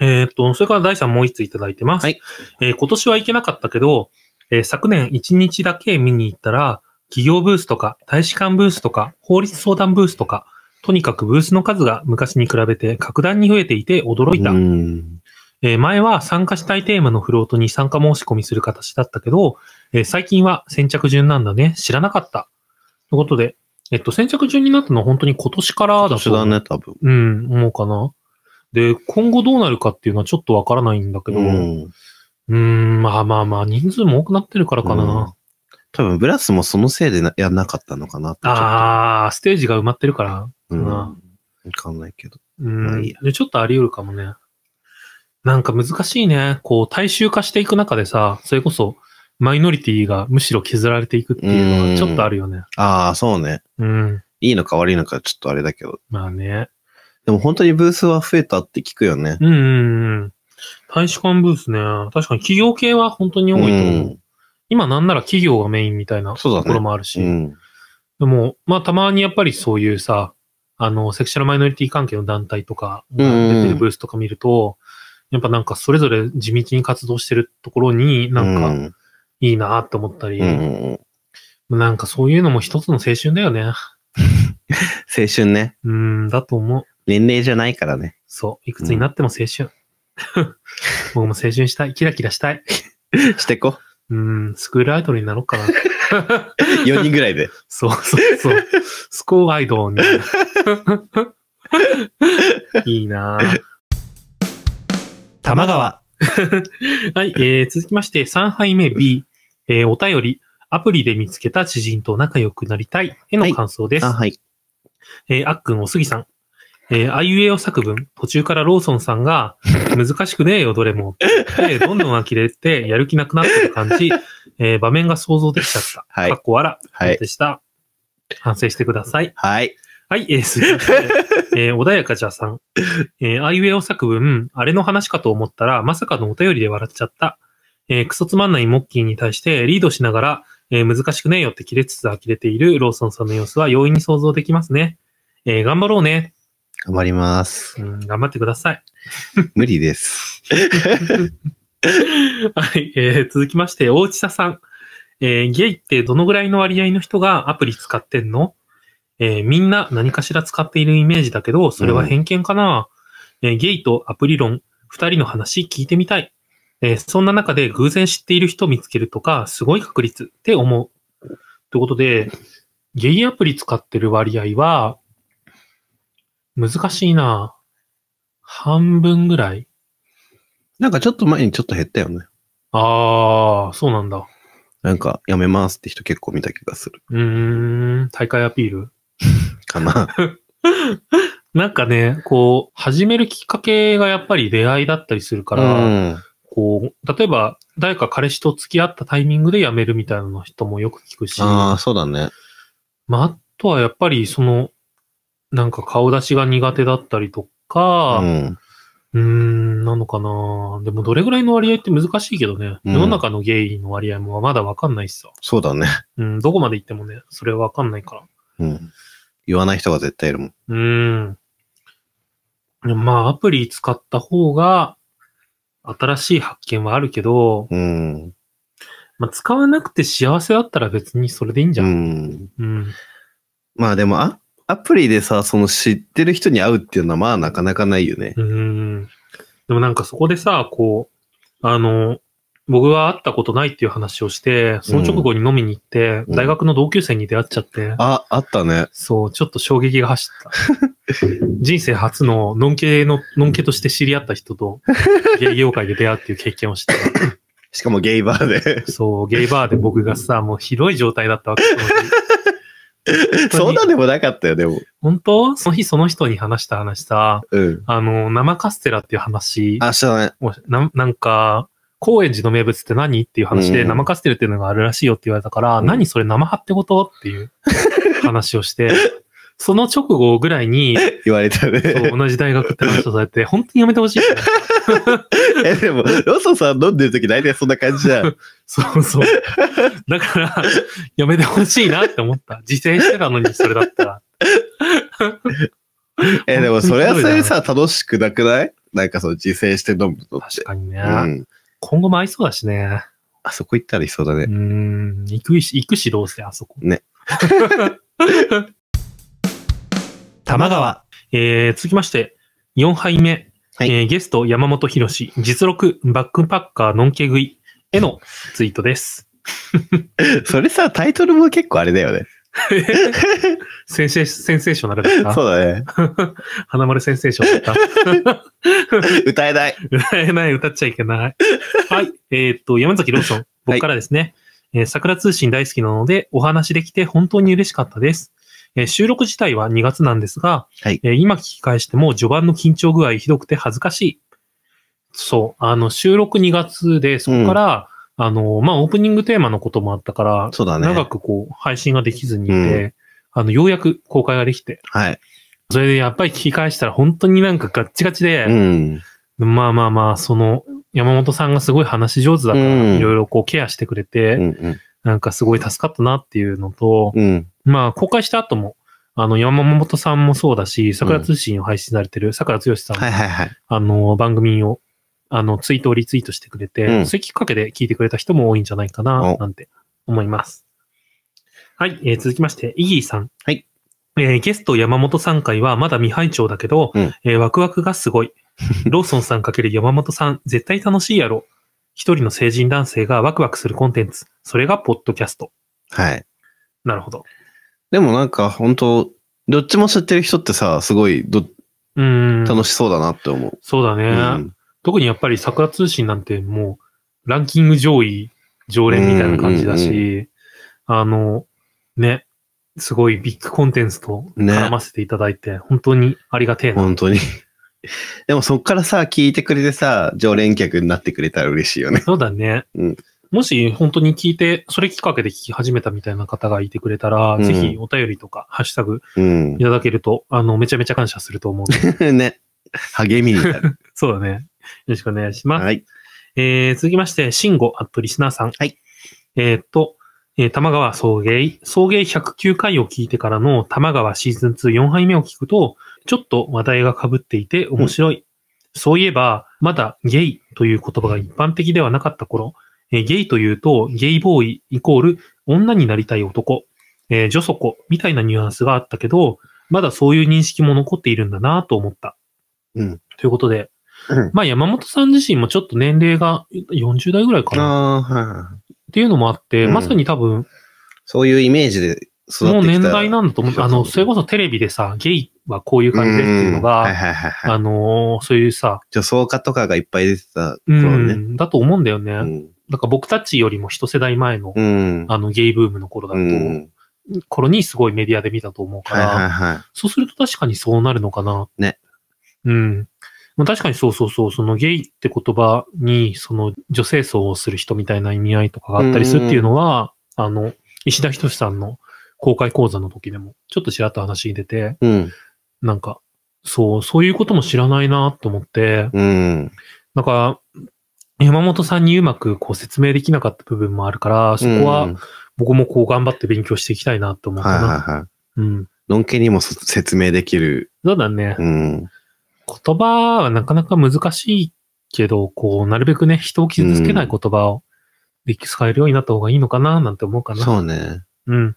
[SPEAKER 2] えーっと、それから第3もう1ついただいてます。
[SPEAKER 3] はい
[SPEAKER 2] えー今年は行けなかったけど、えー昨年1日だけ見に行ったら、企業ブースとか、大使館ブースとか、法律相談ブースとか、とにかくブースの数が昔に比べて格段に増えていて驚いた。
[SPEAKER 3] うん。
[SPEAKER 2] えー前は参加したいテーマのフロートに参加申し込みする形だったけど、えー最近は先着順なんだね。知らなかった。ということで、えっと、先着順になったのは本当に今年からだ
[SPEAKER 3] 一
[SPEAKER 2] と
[SPEAKER 3] 緒だね、多分。
[SPEAKER 2] うん、思うかな。で、今後どうなるかっていうのはちょっとわからないんだけど、う、
[SPEAKER 3] うんん
[SPEAKER 2] ん、まあまあまあ、人数も多くなってるからかな。
[SPEAKER 3] 多分、ブラスもそのせいでなやんなかったのかなってちょっと。
[SPEAKER 2] ああ、ステージが埋まってるから、
[SPEAKER 3] うん。
[SPEAKER 2] な
[SPEAKER 3] わかんないけど。
[SPEAKER 2] う
[SPEAKER 3] まあ
[SPEAKER 2] ん、
[SPEAKER 3] いいや
[SPEAKER 2] でちょっとあり得るかもね。なんか難しいね。こう、大衆化していく中でさ、それこそ、マイノリティがむしろ削られていくっていうの
[SPEAKER 3] う
[SPEAKER 2] は
[SPEAKER 3] ん
[SPEAKER 2] ちょっとあるよね。
[SPEAKER 3] ああ、そうね。
[SPEAKER 2] うん。
[SPEAKER 3] いいのか悪いのかちょっとあれだけど。
[SPEAKER 2] まあね。
[SPEAKER 3] でも本当にブースは増えたって聞くよね。
[SPEAKER 2] うんうんうん。大使館ブースね。確かに企業系は本当に多いと思う。
[SPEAKER 3] うん
[SPEAKER 2] 今なんなら企業がメインみたいな
[SPEAKER 3] そ
[SPEAKER 2] と
[SPEAKER 3] うだね
[SPEAKER 2] ころもあるし。
[SPEAKER 3] うん。
[SPEAKER 2] でも、まあ、たまにやっぱりそういうさ、あの、セクシャルマイノリティ関係の団体とか、
[SPEAKER 3] うんうんう
[SPEAKER 2] 出
[SPEAKER 3] ん
[SPEAKER 2] てるブースとか見ると、やっぱなんかそれぞれ地道に活動してるところに、なんか
[SPEAKER 3] か、
[SPEAKER 2] いいなって思ったり、
[SPEAKER 3] うんうんうん
[SPEAKER 2] なんかそういうのも一つの青春だよね。
[SPEAKER 3] 青春ね。
[SPEAKER 2] うん、だと思う。
[SPEAKER 3] 年齢じゃないからね。
[SPEAKER 2] そう、いくつになっても青春。 僕も青春したい。キラキラしたい。
[SPEAKER 3] して こ。
[SPEAKER 2] うん、スクールアイドルになろうかな。
[SPEAKER 3] 4人ぐらいで。
[SPEAKER 2] そうそうそう。スコーアイドルになる。 いいなぁ。
[SPEAKER 3] 玉川。
[SPEAKER 2] はい、えー続きまして、3杯目 B、えーお便り、アプリで見つけた知人と仲良くなりたいへの感想です。
[SPEAKER 3] あ、はい。
[SPEAKER 2] えーあっくん、おすぎさん。えーあいうえお作文、途中からローソンさん が、難しくねえよ、どれも。で、どんどん呆れて、やる気なくなってる感じ、えー場面が想像できちゃった。
[SPEAKER 3] はい
[SPEAKER 2] かっこわら。
[SPEAKER 3] はい。
[SPEAKER 2] でした。反省してください。
[SPEAKER 3] はい。
[SPEAKER 2] はい、えー、すいません。えー、穏やかじゃさん。えー、あいうえお作文、あれの話かと思ったら、まさかのお便りで笑っちゃった。えー、クソつまんないモッキーに対してリードしながら、えー、難しくねえよって切れつつ呆れているローソンさんの様子は容易に想像できますね。えー、頑張ろうね。
[SPEAKER 3] 頑張ります。
[SPEAKER 2] うん、頑張ってください。
[SPEAKER 3] 無理です。
[SPEAKER 2] はい、えー、続きまして、大地田さん。えー、ゲイってどのぐらいの割合の人がアプリ使ってんのえーみんな何かしら使っているイメージだけど、それは偏見かな、えーゲイとアプリ論、二人の話聞いてみたい。えーそんな中で偶然知っている人見つけるとか、すごい確率って思う。ということで、ゲイアプリ使ってる割合は、難しいな半分ぐらい
[SPEAKER 3] なんかちょっと前にちょっと減ったよね。
[SPEAKER 2] ああ、そうなんだ。
[SPEAKER 3] なんか、やめますって人結構見た気がする。
[SPEAKER 2] うーん、大会アピール。
[SPEAKER 3] かな。
[SPEAKER 2] なんかね、こう、始めるきっかけがやっぱり出会いだったりするから、
[SPEAKER 3] うん。
[SPEAKER 2] こう、例えば、誰か彼氏と付き合ったタイミングで辞めるみたいなの人もよく聞くし、
[SPEAKER 3] ああ、そうだね。
[SPEAKER 2] まあ、あとはやっぱり、その、なんか顔出しが苦手だったりとか、
[SPEAKER 3] うん。
[SPEAKER 2] うーん、なのかなでも、どれぐらいの割合って難しいけどね。
[SPEAKER 3] うん
[SPEAKER 2] 世の中のゲイの割合もまだわかんないしさ。
[SPEAKER 3] そうだね。
[SPEAKER 2] うん、どこまで行ってもね、それはわかんないから。
[SPEAKER 3] うん。言わない人が絶対いるもん。
[SPEAKER 2] うーん。でもまあ、アプリ使った方が、新しい発見はあるけど、
[SPEAKER 3] うん。
[SPEAKER 2] まあ、使わなくて幸せだったら別にそれでいいんじゃ。
[SPEAKER 3] うんん。
[SPEAKER 2] うん。
[SPEAKER 3] まあでも、あアプリでさ、その知ってる人に会うっていうのはまあなかなかないよね。
[SPEAKER 2] うん。でもなんかそこでさ、こう、あの、僕は会ったことないっていう話をして、その直後に飲みに行って、
[SPEAKER 3] うん
[SPEAKER 2] 大学の同級生に出会っちゃって、
[SPEAKER 3] あ、あったね。
[SPEAKER 2] そう、ちょっと衝撃が走った。人生初の、ノン系の、ノン系として知り合った人と、芸業界で出会うっていう経験をした。
[SPEAKER 3] しかもゲイバーで。
[SPEAKER 2] そう、ゲイバーで僕がさ、もうひどい状態だったわけ。その日 当に
[SPEAKER 3] そうなんでもなかったよ、でも。
[SPEAKER 2] 本当その日その人に話した話さ、
[SPEAKER 3] うん。
[SPEAKER 2] あの、生カステラっていう話
[SPEAKER 3] あ、知らない。
[SPEAKER 2] をな、なんか、高円寺の名物って何っていう話で、
[SPEAKER 3] うん
[SPEAKER 2] 生カステラっていうのがあるらしいよって言われたから、
[SPEAKER 3] うん
[SPEAKER 2] 何それ生派ってことっていう話を して、その直後ぐらいに、
[SPEAKER 3] 言われたね。
[SPEAKER 2] そう同じ大学って話をされて、本当にやめてほしいってなった。
[SPEAKER 3] え、でも、ロソさん飲んでる時大体そんな感じじゃ ん。
[SPEAKER 2] そうそう。だから、やめてほしいなって思った。自制してたのに、それだったら。
[SPEAKER 3] え、でも、それはそれでさ、楽しくなくないなんかその自制して飲むのって
[SPEAKER 2] 確。かにね。
[SPEAKER 3] うん。
[SPEAKER 2] 今後も合いそうだしね。
[SPEAKER 3] あそこ行ったらいそうだ
[SPEAKER 2] う
[SPEAKER 3] ね。
[SPEAKER 2] ん。行くし、行くし、どうせ、あそこ。
[SPEAKER 3] ね。
[SPEAKER 2] 玉川。。えー、続きまして、4杯目。
[SPEAKER 3] はい
[SPEAKER 2] えーゲスト、山本博士、実録、バックパッカー、のんけ食い、へのツイートです。
[SPEAKER 3] それさ、タイトルも結構あれだよね。
[SPEAKER 2] センセーセンセーショナルだった。
[SPEAKER 3] そ うだね。
[SPEAKER 2] 花丸センセーションだっ
[SPEAKER 3] 歌えな い。
[SPEAKER 2] た。歌えない、歌っちゃいけない。はい。えーっと、山崎ローソン、僕からですね。えー桜通信大好きなので、お話できて本当に嬉しかったです。えー収録自体は2月なんですが、
[SPEAKER 3] はい
[SPEAKER 2] えー今聞き返しても序盤の緊張具合ひどくて恥ずかしい。そう。あの、収録2月で、そこから、あの、まあ、オープニングテーマのこともあったから、
[SPEAKER 3] そうだね。
[SPEAKER 2] 長くこう、配信ができずにいて、
[SPEAKER 3] う
[SPEAKER 2] あの、ようやく公開ができて、
[SPEAKER 3] はい。
[SPEAKER 2] それでやっぱり聞き返したら本当になんかガッチガチ
[SPEAKER 3] う
[SPEAKER 2] で、
[SPEAKER 3] ん。
[SPEAKER 2] まあまあまあ、その、山本さんがすごい話し上手だ
[SPEAKER 3] う
[SPEAKER 2] から、
[SPEAKER 3] ん。
[SPEAKER 2] いろいろこうケアしてくれ
[SPEAKER 3] うん
[SPEAKER 2] て、
[SPEAKER 3] うん
[SPEAKER 2] なんかすごい助かったなっていうのと、
[SPEAKER 3] うん。
[SPEAKER 2] まあ公開した後も、あの、山本さんもそうだし、桜通信を配信されてる桜剛さん
[SPEAKER 3] はい
[SPEAKER 2] も、
[SPEAKER 3] はいはい。
[SPEAKER 2] あの、番組を、あの、ツイートをリツイートしてくれて、
[SPEAKER 3] うん
[SPEAKER 2] そういうきっかけで聞いてくれた人も多いんじゃないかな、
[SPEAKER 3] お
[SPEAKER 2] なんて思います。はい、えー続きまして、イギーさん。
[SPEAKER 3] はい。
[SPEAKER 2] えーゲスト山本さん会はまだ未拝聴だけど、
[SPEAKER 3] うん
[SPEAKER 2] えーワクワクがす ごい。ローソンさんかける山本さん、絶対楽しいやろ。一人の成人男性がワクワクするコンテンツ。それがポッドキャスト。
[SPEAKER 3] はい。
[SPEAKER 2] なるほど。
[SPEAKER 3] でもなんか、本当どっちも知ってる人ってさ、すごいど
[SPEAKER 2] うーん。
[SPEAKER 3] 楽しそうだなって思う。
[SPEAKER 2] そうだね。
[SPEAKER 3] うん
[SPEAKER 2] 特にやっぱり桜通信なんてもうランキング上位常連みたいな感じだし、
[SPEAKER 3] うんう
[SPEAKER 2] あの、ね、すごいビッグコンテンツと絡ませていただいて、本当にありがてえな。
[SPEAKER 3] 本当に。 でもそっからさ、聞いてくれてさ、常連客になってくれたら嬉しいよね。
[SPEAKER 2] そうだね。
[SPEAKER 3] うん
[SPEAKER 2] もし本当に聞いて、それきっかけで聞き始めたみたいな方がいてくれたら、
[SPEAKER 3] うん
[SPEAKER 2] ぜひお便りとか、ハッシュタグ
[SPEAKER 3] うん
[SPEAKER 2] い。ただけると、あの、めちゃめちゃ感謝すると思う ので。
[SPEAKER 3] ね。励みに なる。
[SPEAKER 2] そうだね。よろしくお願いします。
[SPEAKER 3] はい。
[SPEAKER 2] えー続きまして、慎吾、アットリスナーさん。
[SPEAKER 3] はい。
[SPEAKER 2] えーっと、えー玉川送迎、送迎109回を聞いてからの玉川シーズン24杯目を聞くと、ちょっと話題が被っていて面白い。そういえば、まだゲイという言葉が一般的ではなかった頃、えーゲイというと、ゲイボーイイコール女になりたい男、えー女祖子みたいなニュアンスがあったけど、まだそういう認識も残っているんだなと思った。
[SPEAKER 3] うん。
[SPEAKER 2] ということで、
[SPEAKER 3] うん
[SPEAKER 2] まあ山本さん自身もちょっと年齢が40代ぐらいかなっ
[SPEAKER 3] ああ、はいはい。
[SPEAKER 2] ていうのもあって、
[SPEAKER 3] うん
[SPEAKER 2] まさに多分、
[SPEAKER 3] そういうイメージで育ってきた。
[SPEAKER 2] もう年代なんだと思う。
[SPEAKER 3] そう
[SPEAKER 2] あの、それこそテレビでさ、ゲイはこういう感じでっていうの
[SPEAKER 3] ん
[SPEAKER 2] が、
[SPEAKER 3] はいはいはいはい。
[SPEAKER 2] あのーそういうさ、
[SPEAKER 3] 女装家とかがいっぱい出てた
[SPEAKER 2] う
[SPEAKER 3] 頃
[SPEAKER 2] ん、
[SPEAKER 3] ね。
[SPEAKER 2] だと思うんだよね。
[SPEAKER 3] うん。
[SPEAKER 2] だから僕たちよりも一世代前の、
[SPEAKER 3] うん。
[SPEAKER 2] あの、ゲイブームの頃だと、
[SPEAKER 3] うん。
[SPEAKER 2] 頃にすごいメディアで見たと思うか
[SPEAKER 3] はい
[SPEAKER 2] ら、
[SPEAKER 3] はいはい。
[SPEAKER 2] そうすると確かにそうなるのかな。
[SPEAKER 3] ね。
[SPEAKER 2] うん。まあ、確かにそうそうそう、そのゲイって言葉に、その女性層をする人みたいな意味合いとかがあったりするっていうのは、あの、石田仁さんの公開講座の時でも、ちょっとちらっと話に出て、
[SPEAKER 3] うん。
[SPEAKER 2] なんか、そう、そういうことも知らないなと思って、
[SPEAKER 3] うん。
[SPEAKER 2] なんか、山本さんにうまくこう説明できなかった部分もあるから、そこ
[SPEAKER 3] うん
[SPEAKER 2] は僕もこう頑張って勉強していきたいなと思うか
[SPEAKER 3] はい
[SPEAKER 2] な。
[SPEAKER 3] はいはい。
[SPEAKER 2] うん。
[SPEAKER 3] のんけにもそ説明できる。
[SPEAKER 2] そうだね。
[SPEAKER 3] うん。
[SPEAKER 2] 言葉はなかなか難しいけど、こう、なるべくね、人を傷つけない言葉を、でき使えるようになった方がいいのかな、なんて思うかな。
[SPEAKER 3] そうね。
[SPEAKER 2] うん。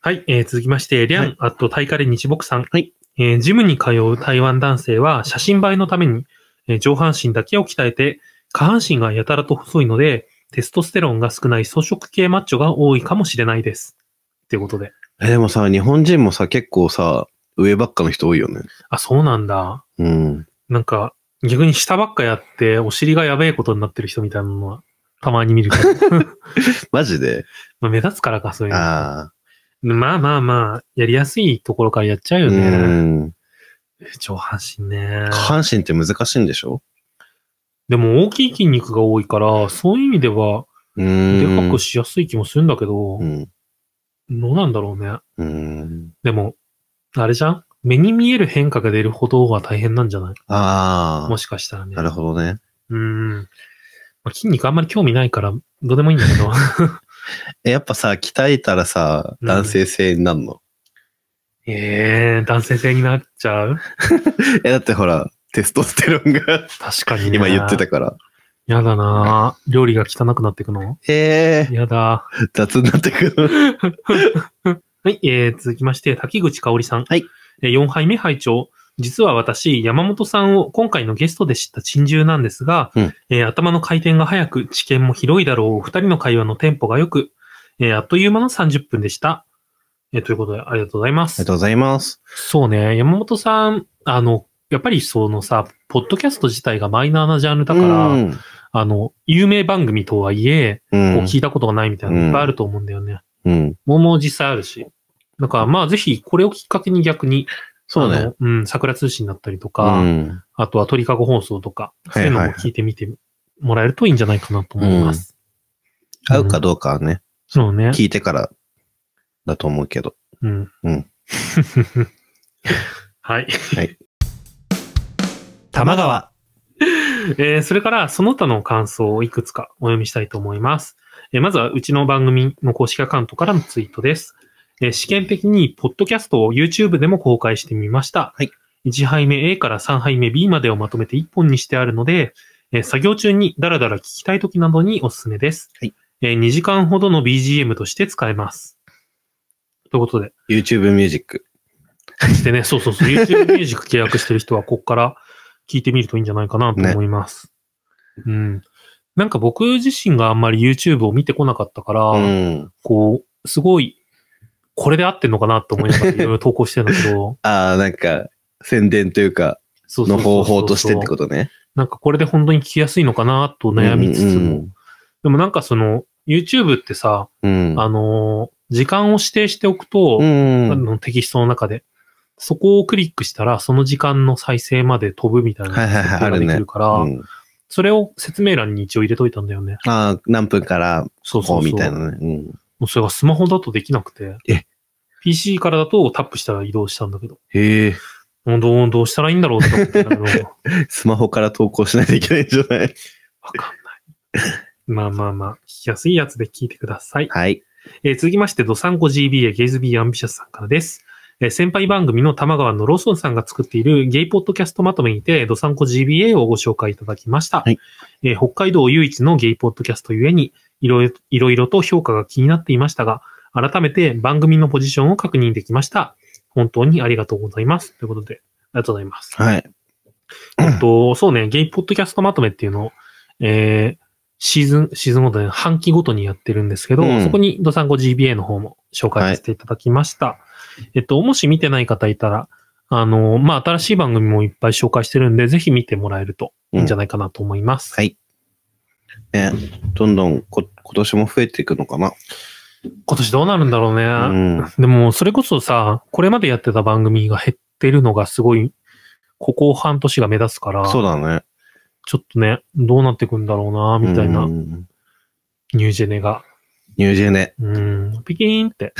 [SPEAKER 2] はい、えー続きまして、りゃ
[SPEAKER 3] は
[SPEAKER 2] ん、あと、タイカレ日木さん。
[SPEAKER 3] はい。
[SPEAKER 2] えージムに通う台湾男性は、写真映えのために、えー上半身だけを鍛えて、下半身がやたらと細いので、テストステロンが少ない草食系マッチョが多いかもしれないです。っていうことで。
[SPEAKER 3] え、でもさ、日本人もさ、結構さ、上ばっかの人多いよね。
[SPEAKER 2] あ、そうなんだ。
[SPEAKER 3] うん。
[SPEAKER 2] なんか、逆に下ばっかやって、お尻がやべえことになってる人みたいなのは、たまに見る けど。
[SPEAKER 3] マジで
[SPEAKER 2] まあ目立つからか、そういうの。
[SPEAKER 3] ああ。
[SPEAKER 2] まあまあまあ、やりやすいところからやっちゃうよ
[SPEAKER 3] う
[SPEAKER 2] ね。
[SPEAKER 3] ん。
[SPEAKER 2] 上半身ね
[SPEAKER 3] 下。半身って難しいんでしょ
[SPEAKER 2] でも大きい筋肉が多いから、そういう意味では、
[SPEAKER 3] うん。
[SPEAKER 2] でかくしやすい気もするんだけど、
[SPEAKER 3] うん。
[SPEAKER 2] どうなんだろうね。
[SPEAKER 3] うん。
[SPEAKER 2] でも、あれじゃん目に見える変化が出るほどは大変なんじゃない
[SPEAKER 3] あ
[SPEAKER 2] もしかしたらね
[SPEAKER 3] あ。な。るほどね。
[SPEAKER 2] うん。まあ筋肉あんまり興味ないから、どうでもいいんだけ ど。
[SPEAKER 3] えやっぱさ、鍛えたらさ、
[SPEAKER 2] うん
[SPEAKER 3] 男性性になるの、
[SPEAKER 2] ええ男性性になっちゃう
[SPEAKER 3] え、だってほら、テストステロンが
[SPEAKER 2] 確かにね
[SPEAKER 3] 今言ってたから。
[SPEAKER 2] やだなぁ料理が汚くなってくの
[SPEAKER 3] え
[SPEAKER 2] やだ。
[SPEAKER 3] ー、雑になってくる。
[SPEAKER 2] はい、えー、続きまして、滝口香織さん。
[SPEAKER 3] はい。
[SPEAKER 2] えー、4杯目拝聴実は私、山本さんを今回のゲストで知った珍獣なんですが、
[SPEAKER 3] うん
[SPEAKER 2] えー頭の回転が速く、知見も広いだろう、お二人の会話のテンポが良く、えーあっという間の30分でした。えーということで、ありがとうございま
[SPEAKER 3] あ
[SPEAKER 2] す
[SPEAKER 3] りが。とうございます。
[SPEAKER 2] そうね、山本さん、あの、やっぱりそのさ、ポッドキャスト自体がマイナーなジャンルだから、
[SPEAKER 3] うん。
[SPEAKER 2] あの、有名番組とはいえ、
[SPEAKER 3] う。
[SPEAKER 2] こうん聞いたことがないみたいなのいっぱいあると思うんだよね。
[SPEAKER 3] うん、
[SPEAKER 2] もうもう実際あるし。だからまあぜひこれをきっかけに逆に、
[SPEAKER 3] そう
[SPEAKER 2] あ
[SPEAKER 3] ね。
[SPEAKER 2] のうん、桜通信だったりと
[SPEAKER 3] う
[SPEAKER 2] か、
[SPEAKER 3] ん。
[SPEAKER 2] あとは鳥かご放送とか、
[SPEAKER 3] は
[SPEAKER 2] そう
[SPEAKER 3] い
[SPEAKER 2] いうの
[SPEAKER 3] は
[SPEAKER 2] も
[SPEAKER 3] いはい
[SPEAKER 2] 聞いてみてもらえるといいんじゃないかなと思います。
[SPEAKER 3] 合うかどうかはね、
[SPEAKER 2] そうね。
[SPEAKER 3] 聞いてからだと思うけど。
[SPEAKER 2] うん。
[SPEAKER 3] うん。
[SPEAKER 2] はい。
[SPEAKER 3] 玉川。
[SPEAKER 2] えーそれから、その他の感想をいくつかお読みしたいと思います。えーまずは、うちの番組の公式アカウントからのツイートです。えー試験的に、ポッドキャストを YouTube でも公開してみました。
[SPEAKER 3] はい
[SPEAKER 2] 1杯目 A から3杯目 B までをまとめて1本にしてあるので、えー作業中にダラダラ聞きたい時などにおすすめです。
[SPEAKER 3] はい
[SPEAKER 2] え2時間ほどの BGM として使えます。ということで、
[SPEAKER 3] YouTube ミュージック。
[SPEAKER 2] してね、そうそうそう、YouTube ミュージック契約してる人は、こっから聞いてみるといいんじゃないかなと思います。うん。なんか僕自身があんまり YouTube を見てこなかったから、
[SPEAKER 3] うん。、
[SPEAKER 2] こう、すごい、これで合ってんのかなと思いながらいろい ろ投稿してるんだけど
[SPEAKER 3] ああ、なんか、宣伝というか、
[SPEAKER 2] そうそうそう
[SPEAKER 3] の
[SPEAKER 2] そう
[SPEAKER 3] 方法としてってことね。
[SPEAKER 2] なんかこれで本当に聞きやすいのかなと悩みつつも、でもなんかその、YouTube ってさ、
[SPEAKER 3] うん。
[SPEAKER 2] あのー時間を指定しておくと、
[SPEAKER 3] うん。
[SPEAKER 2] あ
[SPEAKER 3] うん。
[SPEAKER 2] のテキストの中で。そこをクリックしたら、その時間の再生まで飛ぶみたいな
[SPEAKER 3] はいはいはい
[SPEAKER 2] 設定ができるから、
[SPEAKER 3] うん
[SPEAKER 2] それを説明欄に一応入れといたんだよね。
[SPEAKER 3] ああ、何分から、
[SPEAKER 2] そうそう
[SPEAKER 3] こう
[SPEAKER 2] そう。
[SPEAKER 3] みたいなね。うん。
[SPEAKER 2] もうそれがスマホだとできなくて。
[SPEAKER 3] え
[SPEAKER 2] PC からだとタップしたら移動したんだけど。
[SPEAKER 3] へえ。
[SPEAKER 2] もうどうどうしたらいいんだろうって思ってた けど。わ
[SPEAKER 3] スマホから投稿しないといけないんじゃない
[SPEAKER 2] かんない。まあまあまあ、聞きやすいやつで聞いてください。
[SPEAKER 3] はい。
[SPEAKER 2] えー続きまして、ドサンコ GBA ゲイズビーアンビシャスさんからです。えー先輩番組の玉川のローソンさんが作っているゲイポッドキャストまとめにて、ドサンコ GBA をご紹介いただきました。
[SPEAKER 3] はい
[SPEAKER 2] えー北海道唯一のゲイポッドキャストゆえに、いろいろいろいろと評価が気になっていましたが、改めて番組のポジションを確認できました。本当にありがとうございます。ということで、ありがとうございます。
[SPEAKER 3] はい。
[SPEAKER 2] えっと、そうね、ゲイポッドキャストまとめっていうのを、えーシーズン、シーズンごとに半期ごとにやってるんですけど、
[SPEAKER 3] うん
[SPEAKER 2] そこにドサンコ GBA の方も紹介させていただきました。えっと、もし見てない方いたら、あの、まあ、新しい番組もいっぱい紹介してるんで、ぜひ見てもらえるといいんじゃないかなと思います。
[SPEAKER 3] はい。ね、どんどんこ、今年も増えていくのかな。
[SPEAKER 2] 今年どうなるんだろうね。
[SPEAKER 3] うん。
[SPEAKER 2] でも、それこそさ、これまでやってた番組が減ってるのがすごい、ここ半年が目立つから、
[SPEAKER 3] そうだね。
[SPEAKER 2] ちょっとね、どうなってくんだろうな、みたいな
[SPEAKER 3] う、ん
[SPEAKER 2] ニュージェネが。
[SPEAKER 3] ニュージェネ、
[SPEAKER 2] うん、ピキーンって。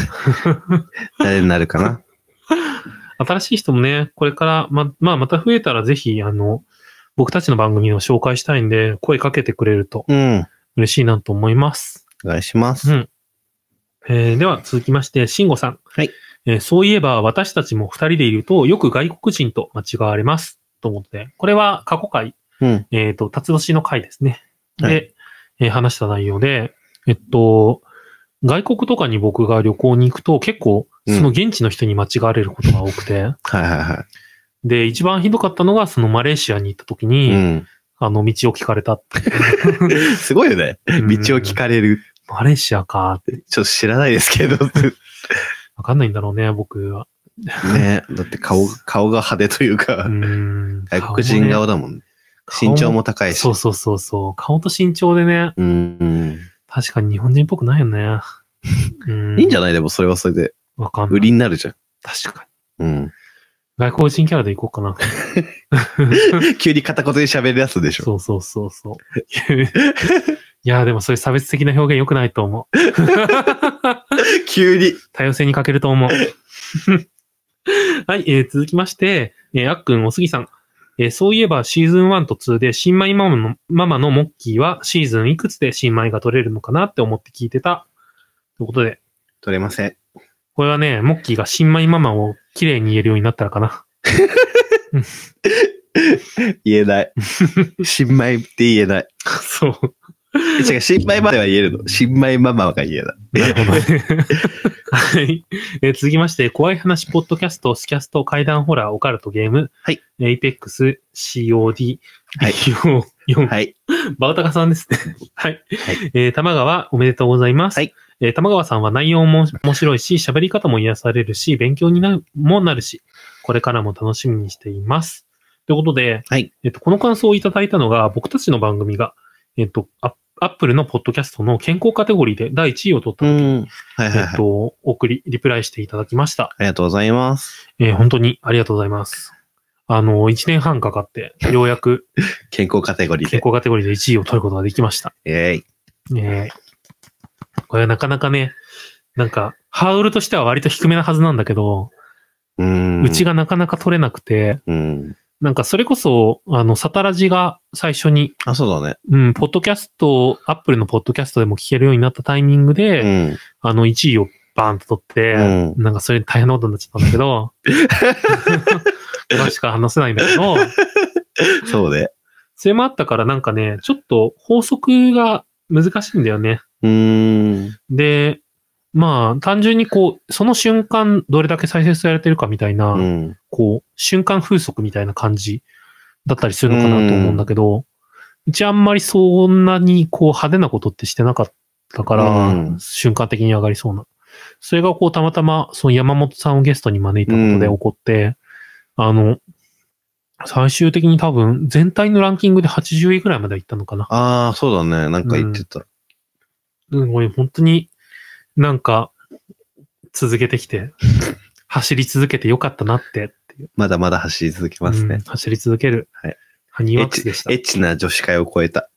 [SPEAKER 3] 誰になるかな。
[SPEAKER 2] 新しい人もね、これから、ま、まあ、また増えたらぜひ、あの、僕たちの番組を紹介したいんで、声かけてくれると
[SPEAKER 3] うん。お
[SPEAKER 2] 嬉しいなと思います。
[SPEAKER 3] 願いします。
[SPEAKER 2] うんえーでは続きまして、慎吾さん。
[SPEAKER 3] はい
[SPEAKER 2] えーそういえば、私たちも二人でいると、よく外国人と間違われます。と思って、これは過去回、
[SPEAKER 3] うん。
[SPEAKER 2] えっ、と、辰年の回ですね。で、
[SPEAKER 3] は
[SPEAKER 2] えー話した内容で、えっと、外国とかに僕が旅行に行くと、結構、その現地の人に間違われることが多くて、
[SPEAKER 3] はいはいは
[SPEAKER 2] で、一番ひどかったのが、そのマレーシアに行った時に、
[SPEAKER 3] い。うん。
[SPEAKER 2] あの、道を聞かれたって。
[SPEAKER 3] すごいよね。道を聞かれる。
[SPEAKER 2] マレーシアか、って。
[SPEAKER 3] ちょっと知らないですけど。
[SPEAKER 2] わかんないんだろうね、僕は。
[SPEAKER 3] ねだって顔、顔が派手という
[SPEAKER 2] う
[SPEAKER 3] か
[SPEAKER 2] ー、ん。
[SPEAKER 3] 外国人顔だもんね。
[SPEAKER 2] 顔
[SPEAKER 3] 身
[SPEAKER 2] ね
[SPEAKER 3] 長も高いし。
[SPEAKER 2] そうそうそうそう。顔と身長でね、
[SPEAKER 3] うん。
[SPEAKER 2] 確かに日本人っぽくないよ ね。うん
[SPEAKER 3] いいんじゃないでもそれはそれで。
[SPEAKER 2] わかんな
[SPEAKER 3] 売
[SPEAKER 2] い。
[SPEAKER 3] りになるじゃん。
[SPEAKER 2] 確かに。
[SPEAKER 3] うん。
[SPEAKER 2] 外国人キャラで行こう かな。
[SPEAKER 3] 急に片言で喋るやつでしょ。
[SPEAKER 2] そうそうそうそう。いや、でもそういう差別的な表現良くないと思う。
[SPEAKER 3] 急に。
[SPEAKER 2] 多様性に欠けると思う。はい、えー続きまして、えーあっくん、おすぎさん。えーそういえばシーズン1と2で新米ママのママのモッキーはシーズンいくつで新米が取れるのかなって思って聞いてた。ということで、
[SPEAKER 3] 取れません。
[SPEAKER 2] これはね、モッキーが新米ママを綺麗に言えるようになったらかな。
[SPEAKER 3] 言え ない。新米って言えない。
[SPEAKER 2] そう。
[SPEAKER 3] 違う、新米までは言えるの。新米ママが言えない。
[SPEAKER 2] なるほどね。はい。えー続きまして、怖い話、ポッドキャスト、スキャスト、怪談ホラー、オカルト、ゲーム、
[SPEAKER 3] はい。
[SPEAKER 2] エイペックス、COD、
[SPEAKER 3] はい
[SPEAKER 2] BO4、
[SPEAKER 3] はい。
[SPEAKER 2] バウタカさんですね。はい。
[SPEAKER 3] はい
[SPEAKER 2] えー玉川、おめでとうございます。
[SPEAKER 3] はい
[SPEAKER 2] えー玉川さんは内容も面白いし、喋り方も癒されるし、勉強になる、もなるし、これからも楽しみにしています。ということで、
[SPEAKER 3] はい
[SPEAKER 2] えっと、この感想をいただいたのが、僕たちの番組が、えっと、アッアップルのポッドキャストの健康カテゴリーで第1位を取った
[SPEAKER 3] う
[SPEAKER 2] 時に、
[SPEAKER 3] ん。はいはい
[SPEAKER 2] えっ
[SPEAKER 3] はい。
[SPEAKER 2] と、送り、リプライしていただきました。
[SPEAKER 3] ありがとうございます。
[SPEAKER 2] えー本当にありがとうございます。あの、1年半かかって、ようやく
[SPEAKER 3] 健康カテゴリー
[SPEAKER 2] 健
[SPEAKER 3] で。
[SPEAKER 2] 康カテゴリーで1位を取ることができました。
[SPEAKER 3] えい。
[SPEAKER 2] ねえ。これはなかなかね、なんか、ハードルとしては割と低めなはずなんだけど、
[SPEAKER 3] うん。
[SPEAKER 2] うち。がなかなか取れなくて、
[SPEAKER 3] うん。
[SPEAKER 2] なんかそれこそ、あの、サタラジが最初に、
[SPEAKER 3] あ、そうだね。
[SPEAKER 2] うん、ポッドキャスト、アップルのポッドキャストでも聞けるようになったタイミングで、
[SPEAKER 3] うん。
[SPEAKER 2] あの、1位をバーンと取って、
[SPEAKER 3] う
[SPEAKER 2] なんかそれ大変なことになっちゃったんだけ ど、今しか話せないんだけど、
[SPEAKER 3] そうで。
[SPEAKER 2] それもあったからなんかね、ちょっと法則が難しいんだよね。
[SPEAKER 3] うん。
[SPEAKER 2] で、まあ、単純にこう、その瞬間どれだけ再生されてるかみたいな、
[SPEAKER 3] うん。
[SPEAKER 2] こう、瞬間風速みたいな感じだったりするのかなと思うんだけど、うちあんまりそんなにこう派手なことってしてなかったから、
[SPEAKER 3] うん
[SPEAKER 2] 瞬間的に上がりそうな。それがこう、たまたま、その山本さんをゲストに招いたことで起こって、あの、最終的に多分、全体のランキングで80位ぐらいまで行ったのかな。
[SPEAKER 3] ああ、そうだね。なんか言ってた。
[SPEAKER 2] すごい、本当になんか続けてき て、走り続けてよかったなってっていう
[SPEAKER 3] まだまだ走り続けます
[SPEAKER 2] うん
[SPEAKER 3] ね。
[SPEAKER 2] 走り続ける。
[SPEAKER 3] はい。
[SPEAKER 2] ハニーワックスでした
[SPEAKER 3] エ。ッチな女子会を超えた。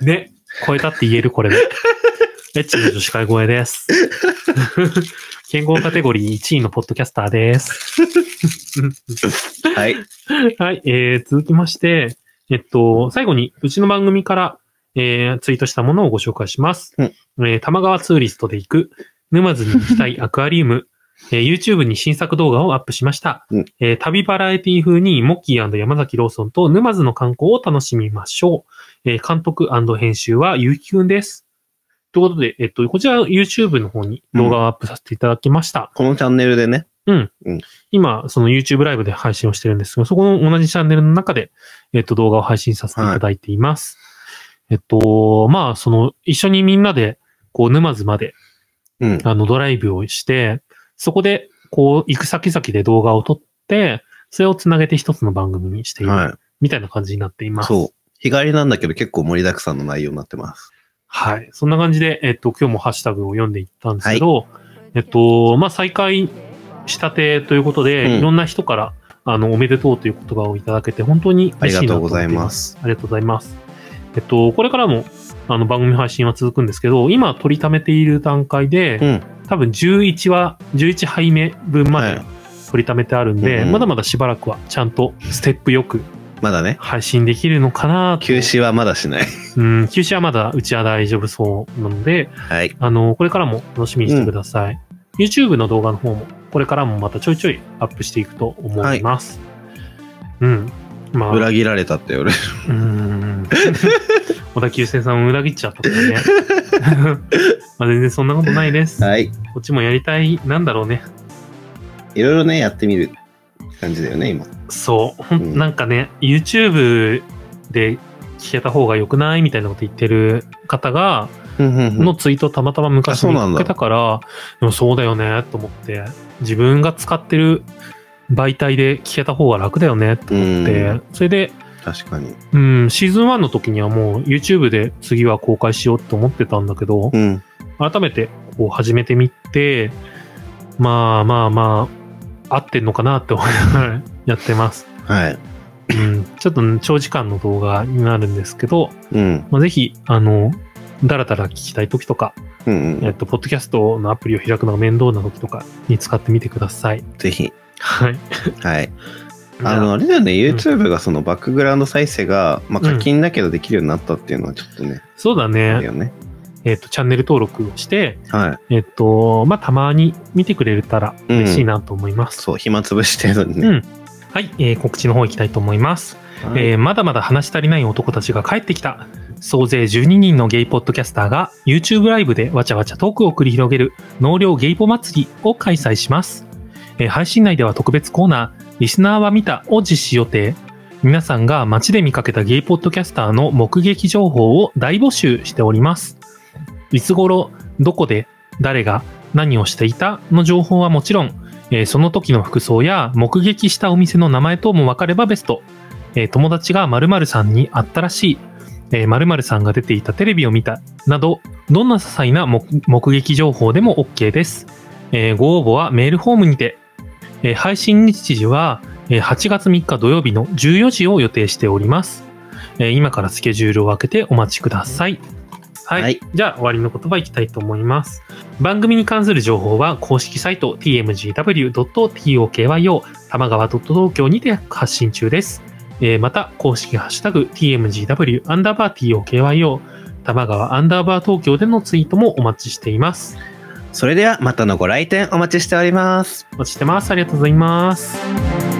[SPEAKER 2] ね。超えたって言える、これで。エッチの女子会声 です。 健康カテゴリー1位のポッドキャスターです。
[SPEAKER 3] はい。
[SPEAKER 2] はい、えー、続きまして、えっと、最後に、うちの番組から、えー、ツイートしたものをご紹介します。
[SPEAKER 3] うん
[SPEAKER 2] えー、玉川ツーリストで行く、沼津に行き たいアクアリウム、えー、YouTube に新作動画をアップしました。
[SPEAKER 3] うん
[SPEAKER 2] えー、旅バラエティ風に、モッキー山崎ローソンと沼津の観光を楽しみましょう。えー、監督編集は、ゆうきくんです。ということで、えっと、こちら YouTube の方に動画をアップさせていただきました。
[SPEAKER 3] このチャンネルでね。
[SPEAKER 2] 今、その YouTube ライブで配信をしてるんですが、そこの同じチャンネルの中で、えっと、動画を配信させていただいています。えっと、まあ、その、一緒にみんなで、こう、沼津まで、
[SPEAKER 3] うん。
[SPEAKER 2] あの、ドライブをして、そこで、こう、行く先々で動画を撮って、それをつなげて一つの番組にしている、
[SPEAKER 3] は
[SPEAKER 2] みたいな感じになってい
[SPEAKER 3] い。
[SPEAKER 2] ます。
[SPEAKER 3] そう。日帰りなんだけど結構盛りだくさんの内容になってます。
[SPEAKER 2] はい。そんな感じで、えっと、今日もハッシュタグを読んでいったんですけど、えっと、まあ、再開したてということで、
[SPEAKER 3] うん
[SPEAKER 2] いろんな人から、あの、おめでとうという言葉をいただけて、本当に
[SPEAKER 3] あり
[SPEAKER 2] 嬉
[SPEAKER 3] が
[SPEAKER 2] しいな
[SPEAKER 3] と
[SPEAKER 2] と
[SPEAKER 3] う
[SPEAKER 2] 思
[SPEAKER 3] ご
[SPEAKER 2] って
[SPEAKER 3] ざい
[SPEAKER 2] いま。
[SPEAKER 3] ますす。
[SPEAKER 2] ありがとうございます。えっと、これからも、あの、番組配信は続くんですけど、今取りためている段階
[SPEAKER 3] う
[SPEAKER 2] で、
[SPEAKER 3] ん。
[SPEAKER 2] 多分11話、11杯目分まで
[SPEAKER 3] はい
[SPEAKER 2] 取りためてあるんで、
[SPEAKER 3] うんうん
[SPEAKER 2] まだまだしばらくはちゃんとステップよく
[SPEAKER 3] まだね。
[SPEAKER 2] 配信できるのかなと
[SPEAKER 3] 休止はまだ しない。
[SPEAKER 2] うん、休止はまだうちは大丈夫そうなので、
[SPEAKER 3] はい。
[SPEAKER 2] あの、これからも楽しみにしてください。YouTube の動画の方も、これからもまたちょいちょいアップしていくと思います。うん。まあ、
[SPEAKER 3] 裏切られたって俺。
[SPEAKER 2] うーん。小田急線さんを裏切っちゃったからね。 まあ全然そんなことないです。
[SPEAKER 3] はい。
[SPEAKER 2] こっちもやりたい、なんだろうね。
[SPEAKER 3] いろいろね、やってみる感じだよね、今。
[SPEAKER 2] そう。ほん
[SPEAKER 3] うん
[SPEAKER 2] なんかね、YouTube で聞けた方が良くないみたいなこと言ってる方が、のツイートをたまたま昔
[SPEAKER 3] あそう
[SPEAKER 2] 見
[SPEAKER 3] なんだ
[SPEAKER 2] つけたから、でもそうだよねと思って、自分が使ってる媒体で聞けた方が楽だよねって
[SPEAKER 3] う
[SPEAKER 2] 思って、
[SPEAKER 3] ん。
[SPEAKER 2] それで、
[SPEAKER 3] 確かに。
[SPEAKER 2] うん、シーズン1の時にはもう YouTube で次は公開しようと思ってたんだけど、
[SPEAKER 3] うん。
[SPEAKER 2] 改めてこう始めてみて、まあまあまあ、合ってんのかなって思いながら やってます。
[SPEAKER 3] はい。
[SPEAKER 2] うん、ちょっとね長時間の動画になるんですけど、
[SPEAKER 3] うん。
[SPEAKER 2] まあ、ぜひ、あの、だらだら聞きたい時とか、
[SPEAKER 3] うんう
[SPEAKER 2] えっ
[SPEAKER 3] ん。
[SPEAKER 2] と、ポッドキャストのアプリを開くのが面倒な時とかに使ってみてください。
[SPEAKER 3] ぜひ。
[SPEAKER 2] はい。
[SPEAKER 3] はい。あの、あれだよね、YouTube がそのバックグラウンド再生が、まあ課金だけどできるようになったっていうのはちょっとね、
[SPEAKER 2] そうだ
[SPEAKER 3] ある
[SPEAKER 2] ね。
[SPEAKER 3] よね。
[SPEAKER 2] えっ、と、チャンネル登録をして、
[SPEAKER 3] はい。
[SPEAKER 2] えっ、と、まあ、たまに見てくれたら
[SPEAKER 3] うん
[SPEAKER 2] 嬉しいなと思います。
[SPEAKER 3] そう、暇つぶし程度に
[SPEAKER 2] うん。
[SPEAKER 3] ね。
[SPEAKER 2] はい、えー告知の方行きたいと思います。
[SPEAKER 3] はい
[SPEAKER 2] えーまだまだ話し足りない男たちが帰ってきた総勢12人のゲイポッドキャスターが YouTube ライブでわちゃわちゃトークを繰り広げる納涼ゲイポ祭りを開催します、えー配信内では特別コーナーリスナーは見たを実施予定皆さんが街で見かけたゲイポッドキャスターの目撃情報を大募集しておりますいつ頃どこで誰が何をしていたの情報はもちろん、えーその時の服装や目撃したお店の名前等も分かればベストえー友達が〇〇さんに会ったらしい、えー、〇〇さんが出ていたテレビを見たなど、どんな些細な目目撃情報でも OK です。えーご応募はメールフォームにて、えー配信日時は、えー8月3日土曜日の14時を予定しております。えー今からスケジュールを開けてお待ちください。はい。
[SPEAKER 3] はい
[SPEAKER 2] じゃあ、終わりの言葉いきたいと思います。番組に関する情報は、公式サイト tmgw.tokyo 玉川.東京にて発信中です。えーまた、公式ハッシュタグ tmgw アンダーバー tokyo 玉川アンダーバー東京でのツイートもお待ちしています。
[SPEAKER 3] それではまたのご来店お待ちしております。
[SPEAKER 2] お待ちしてます。ありがとうございます。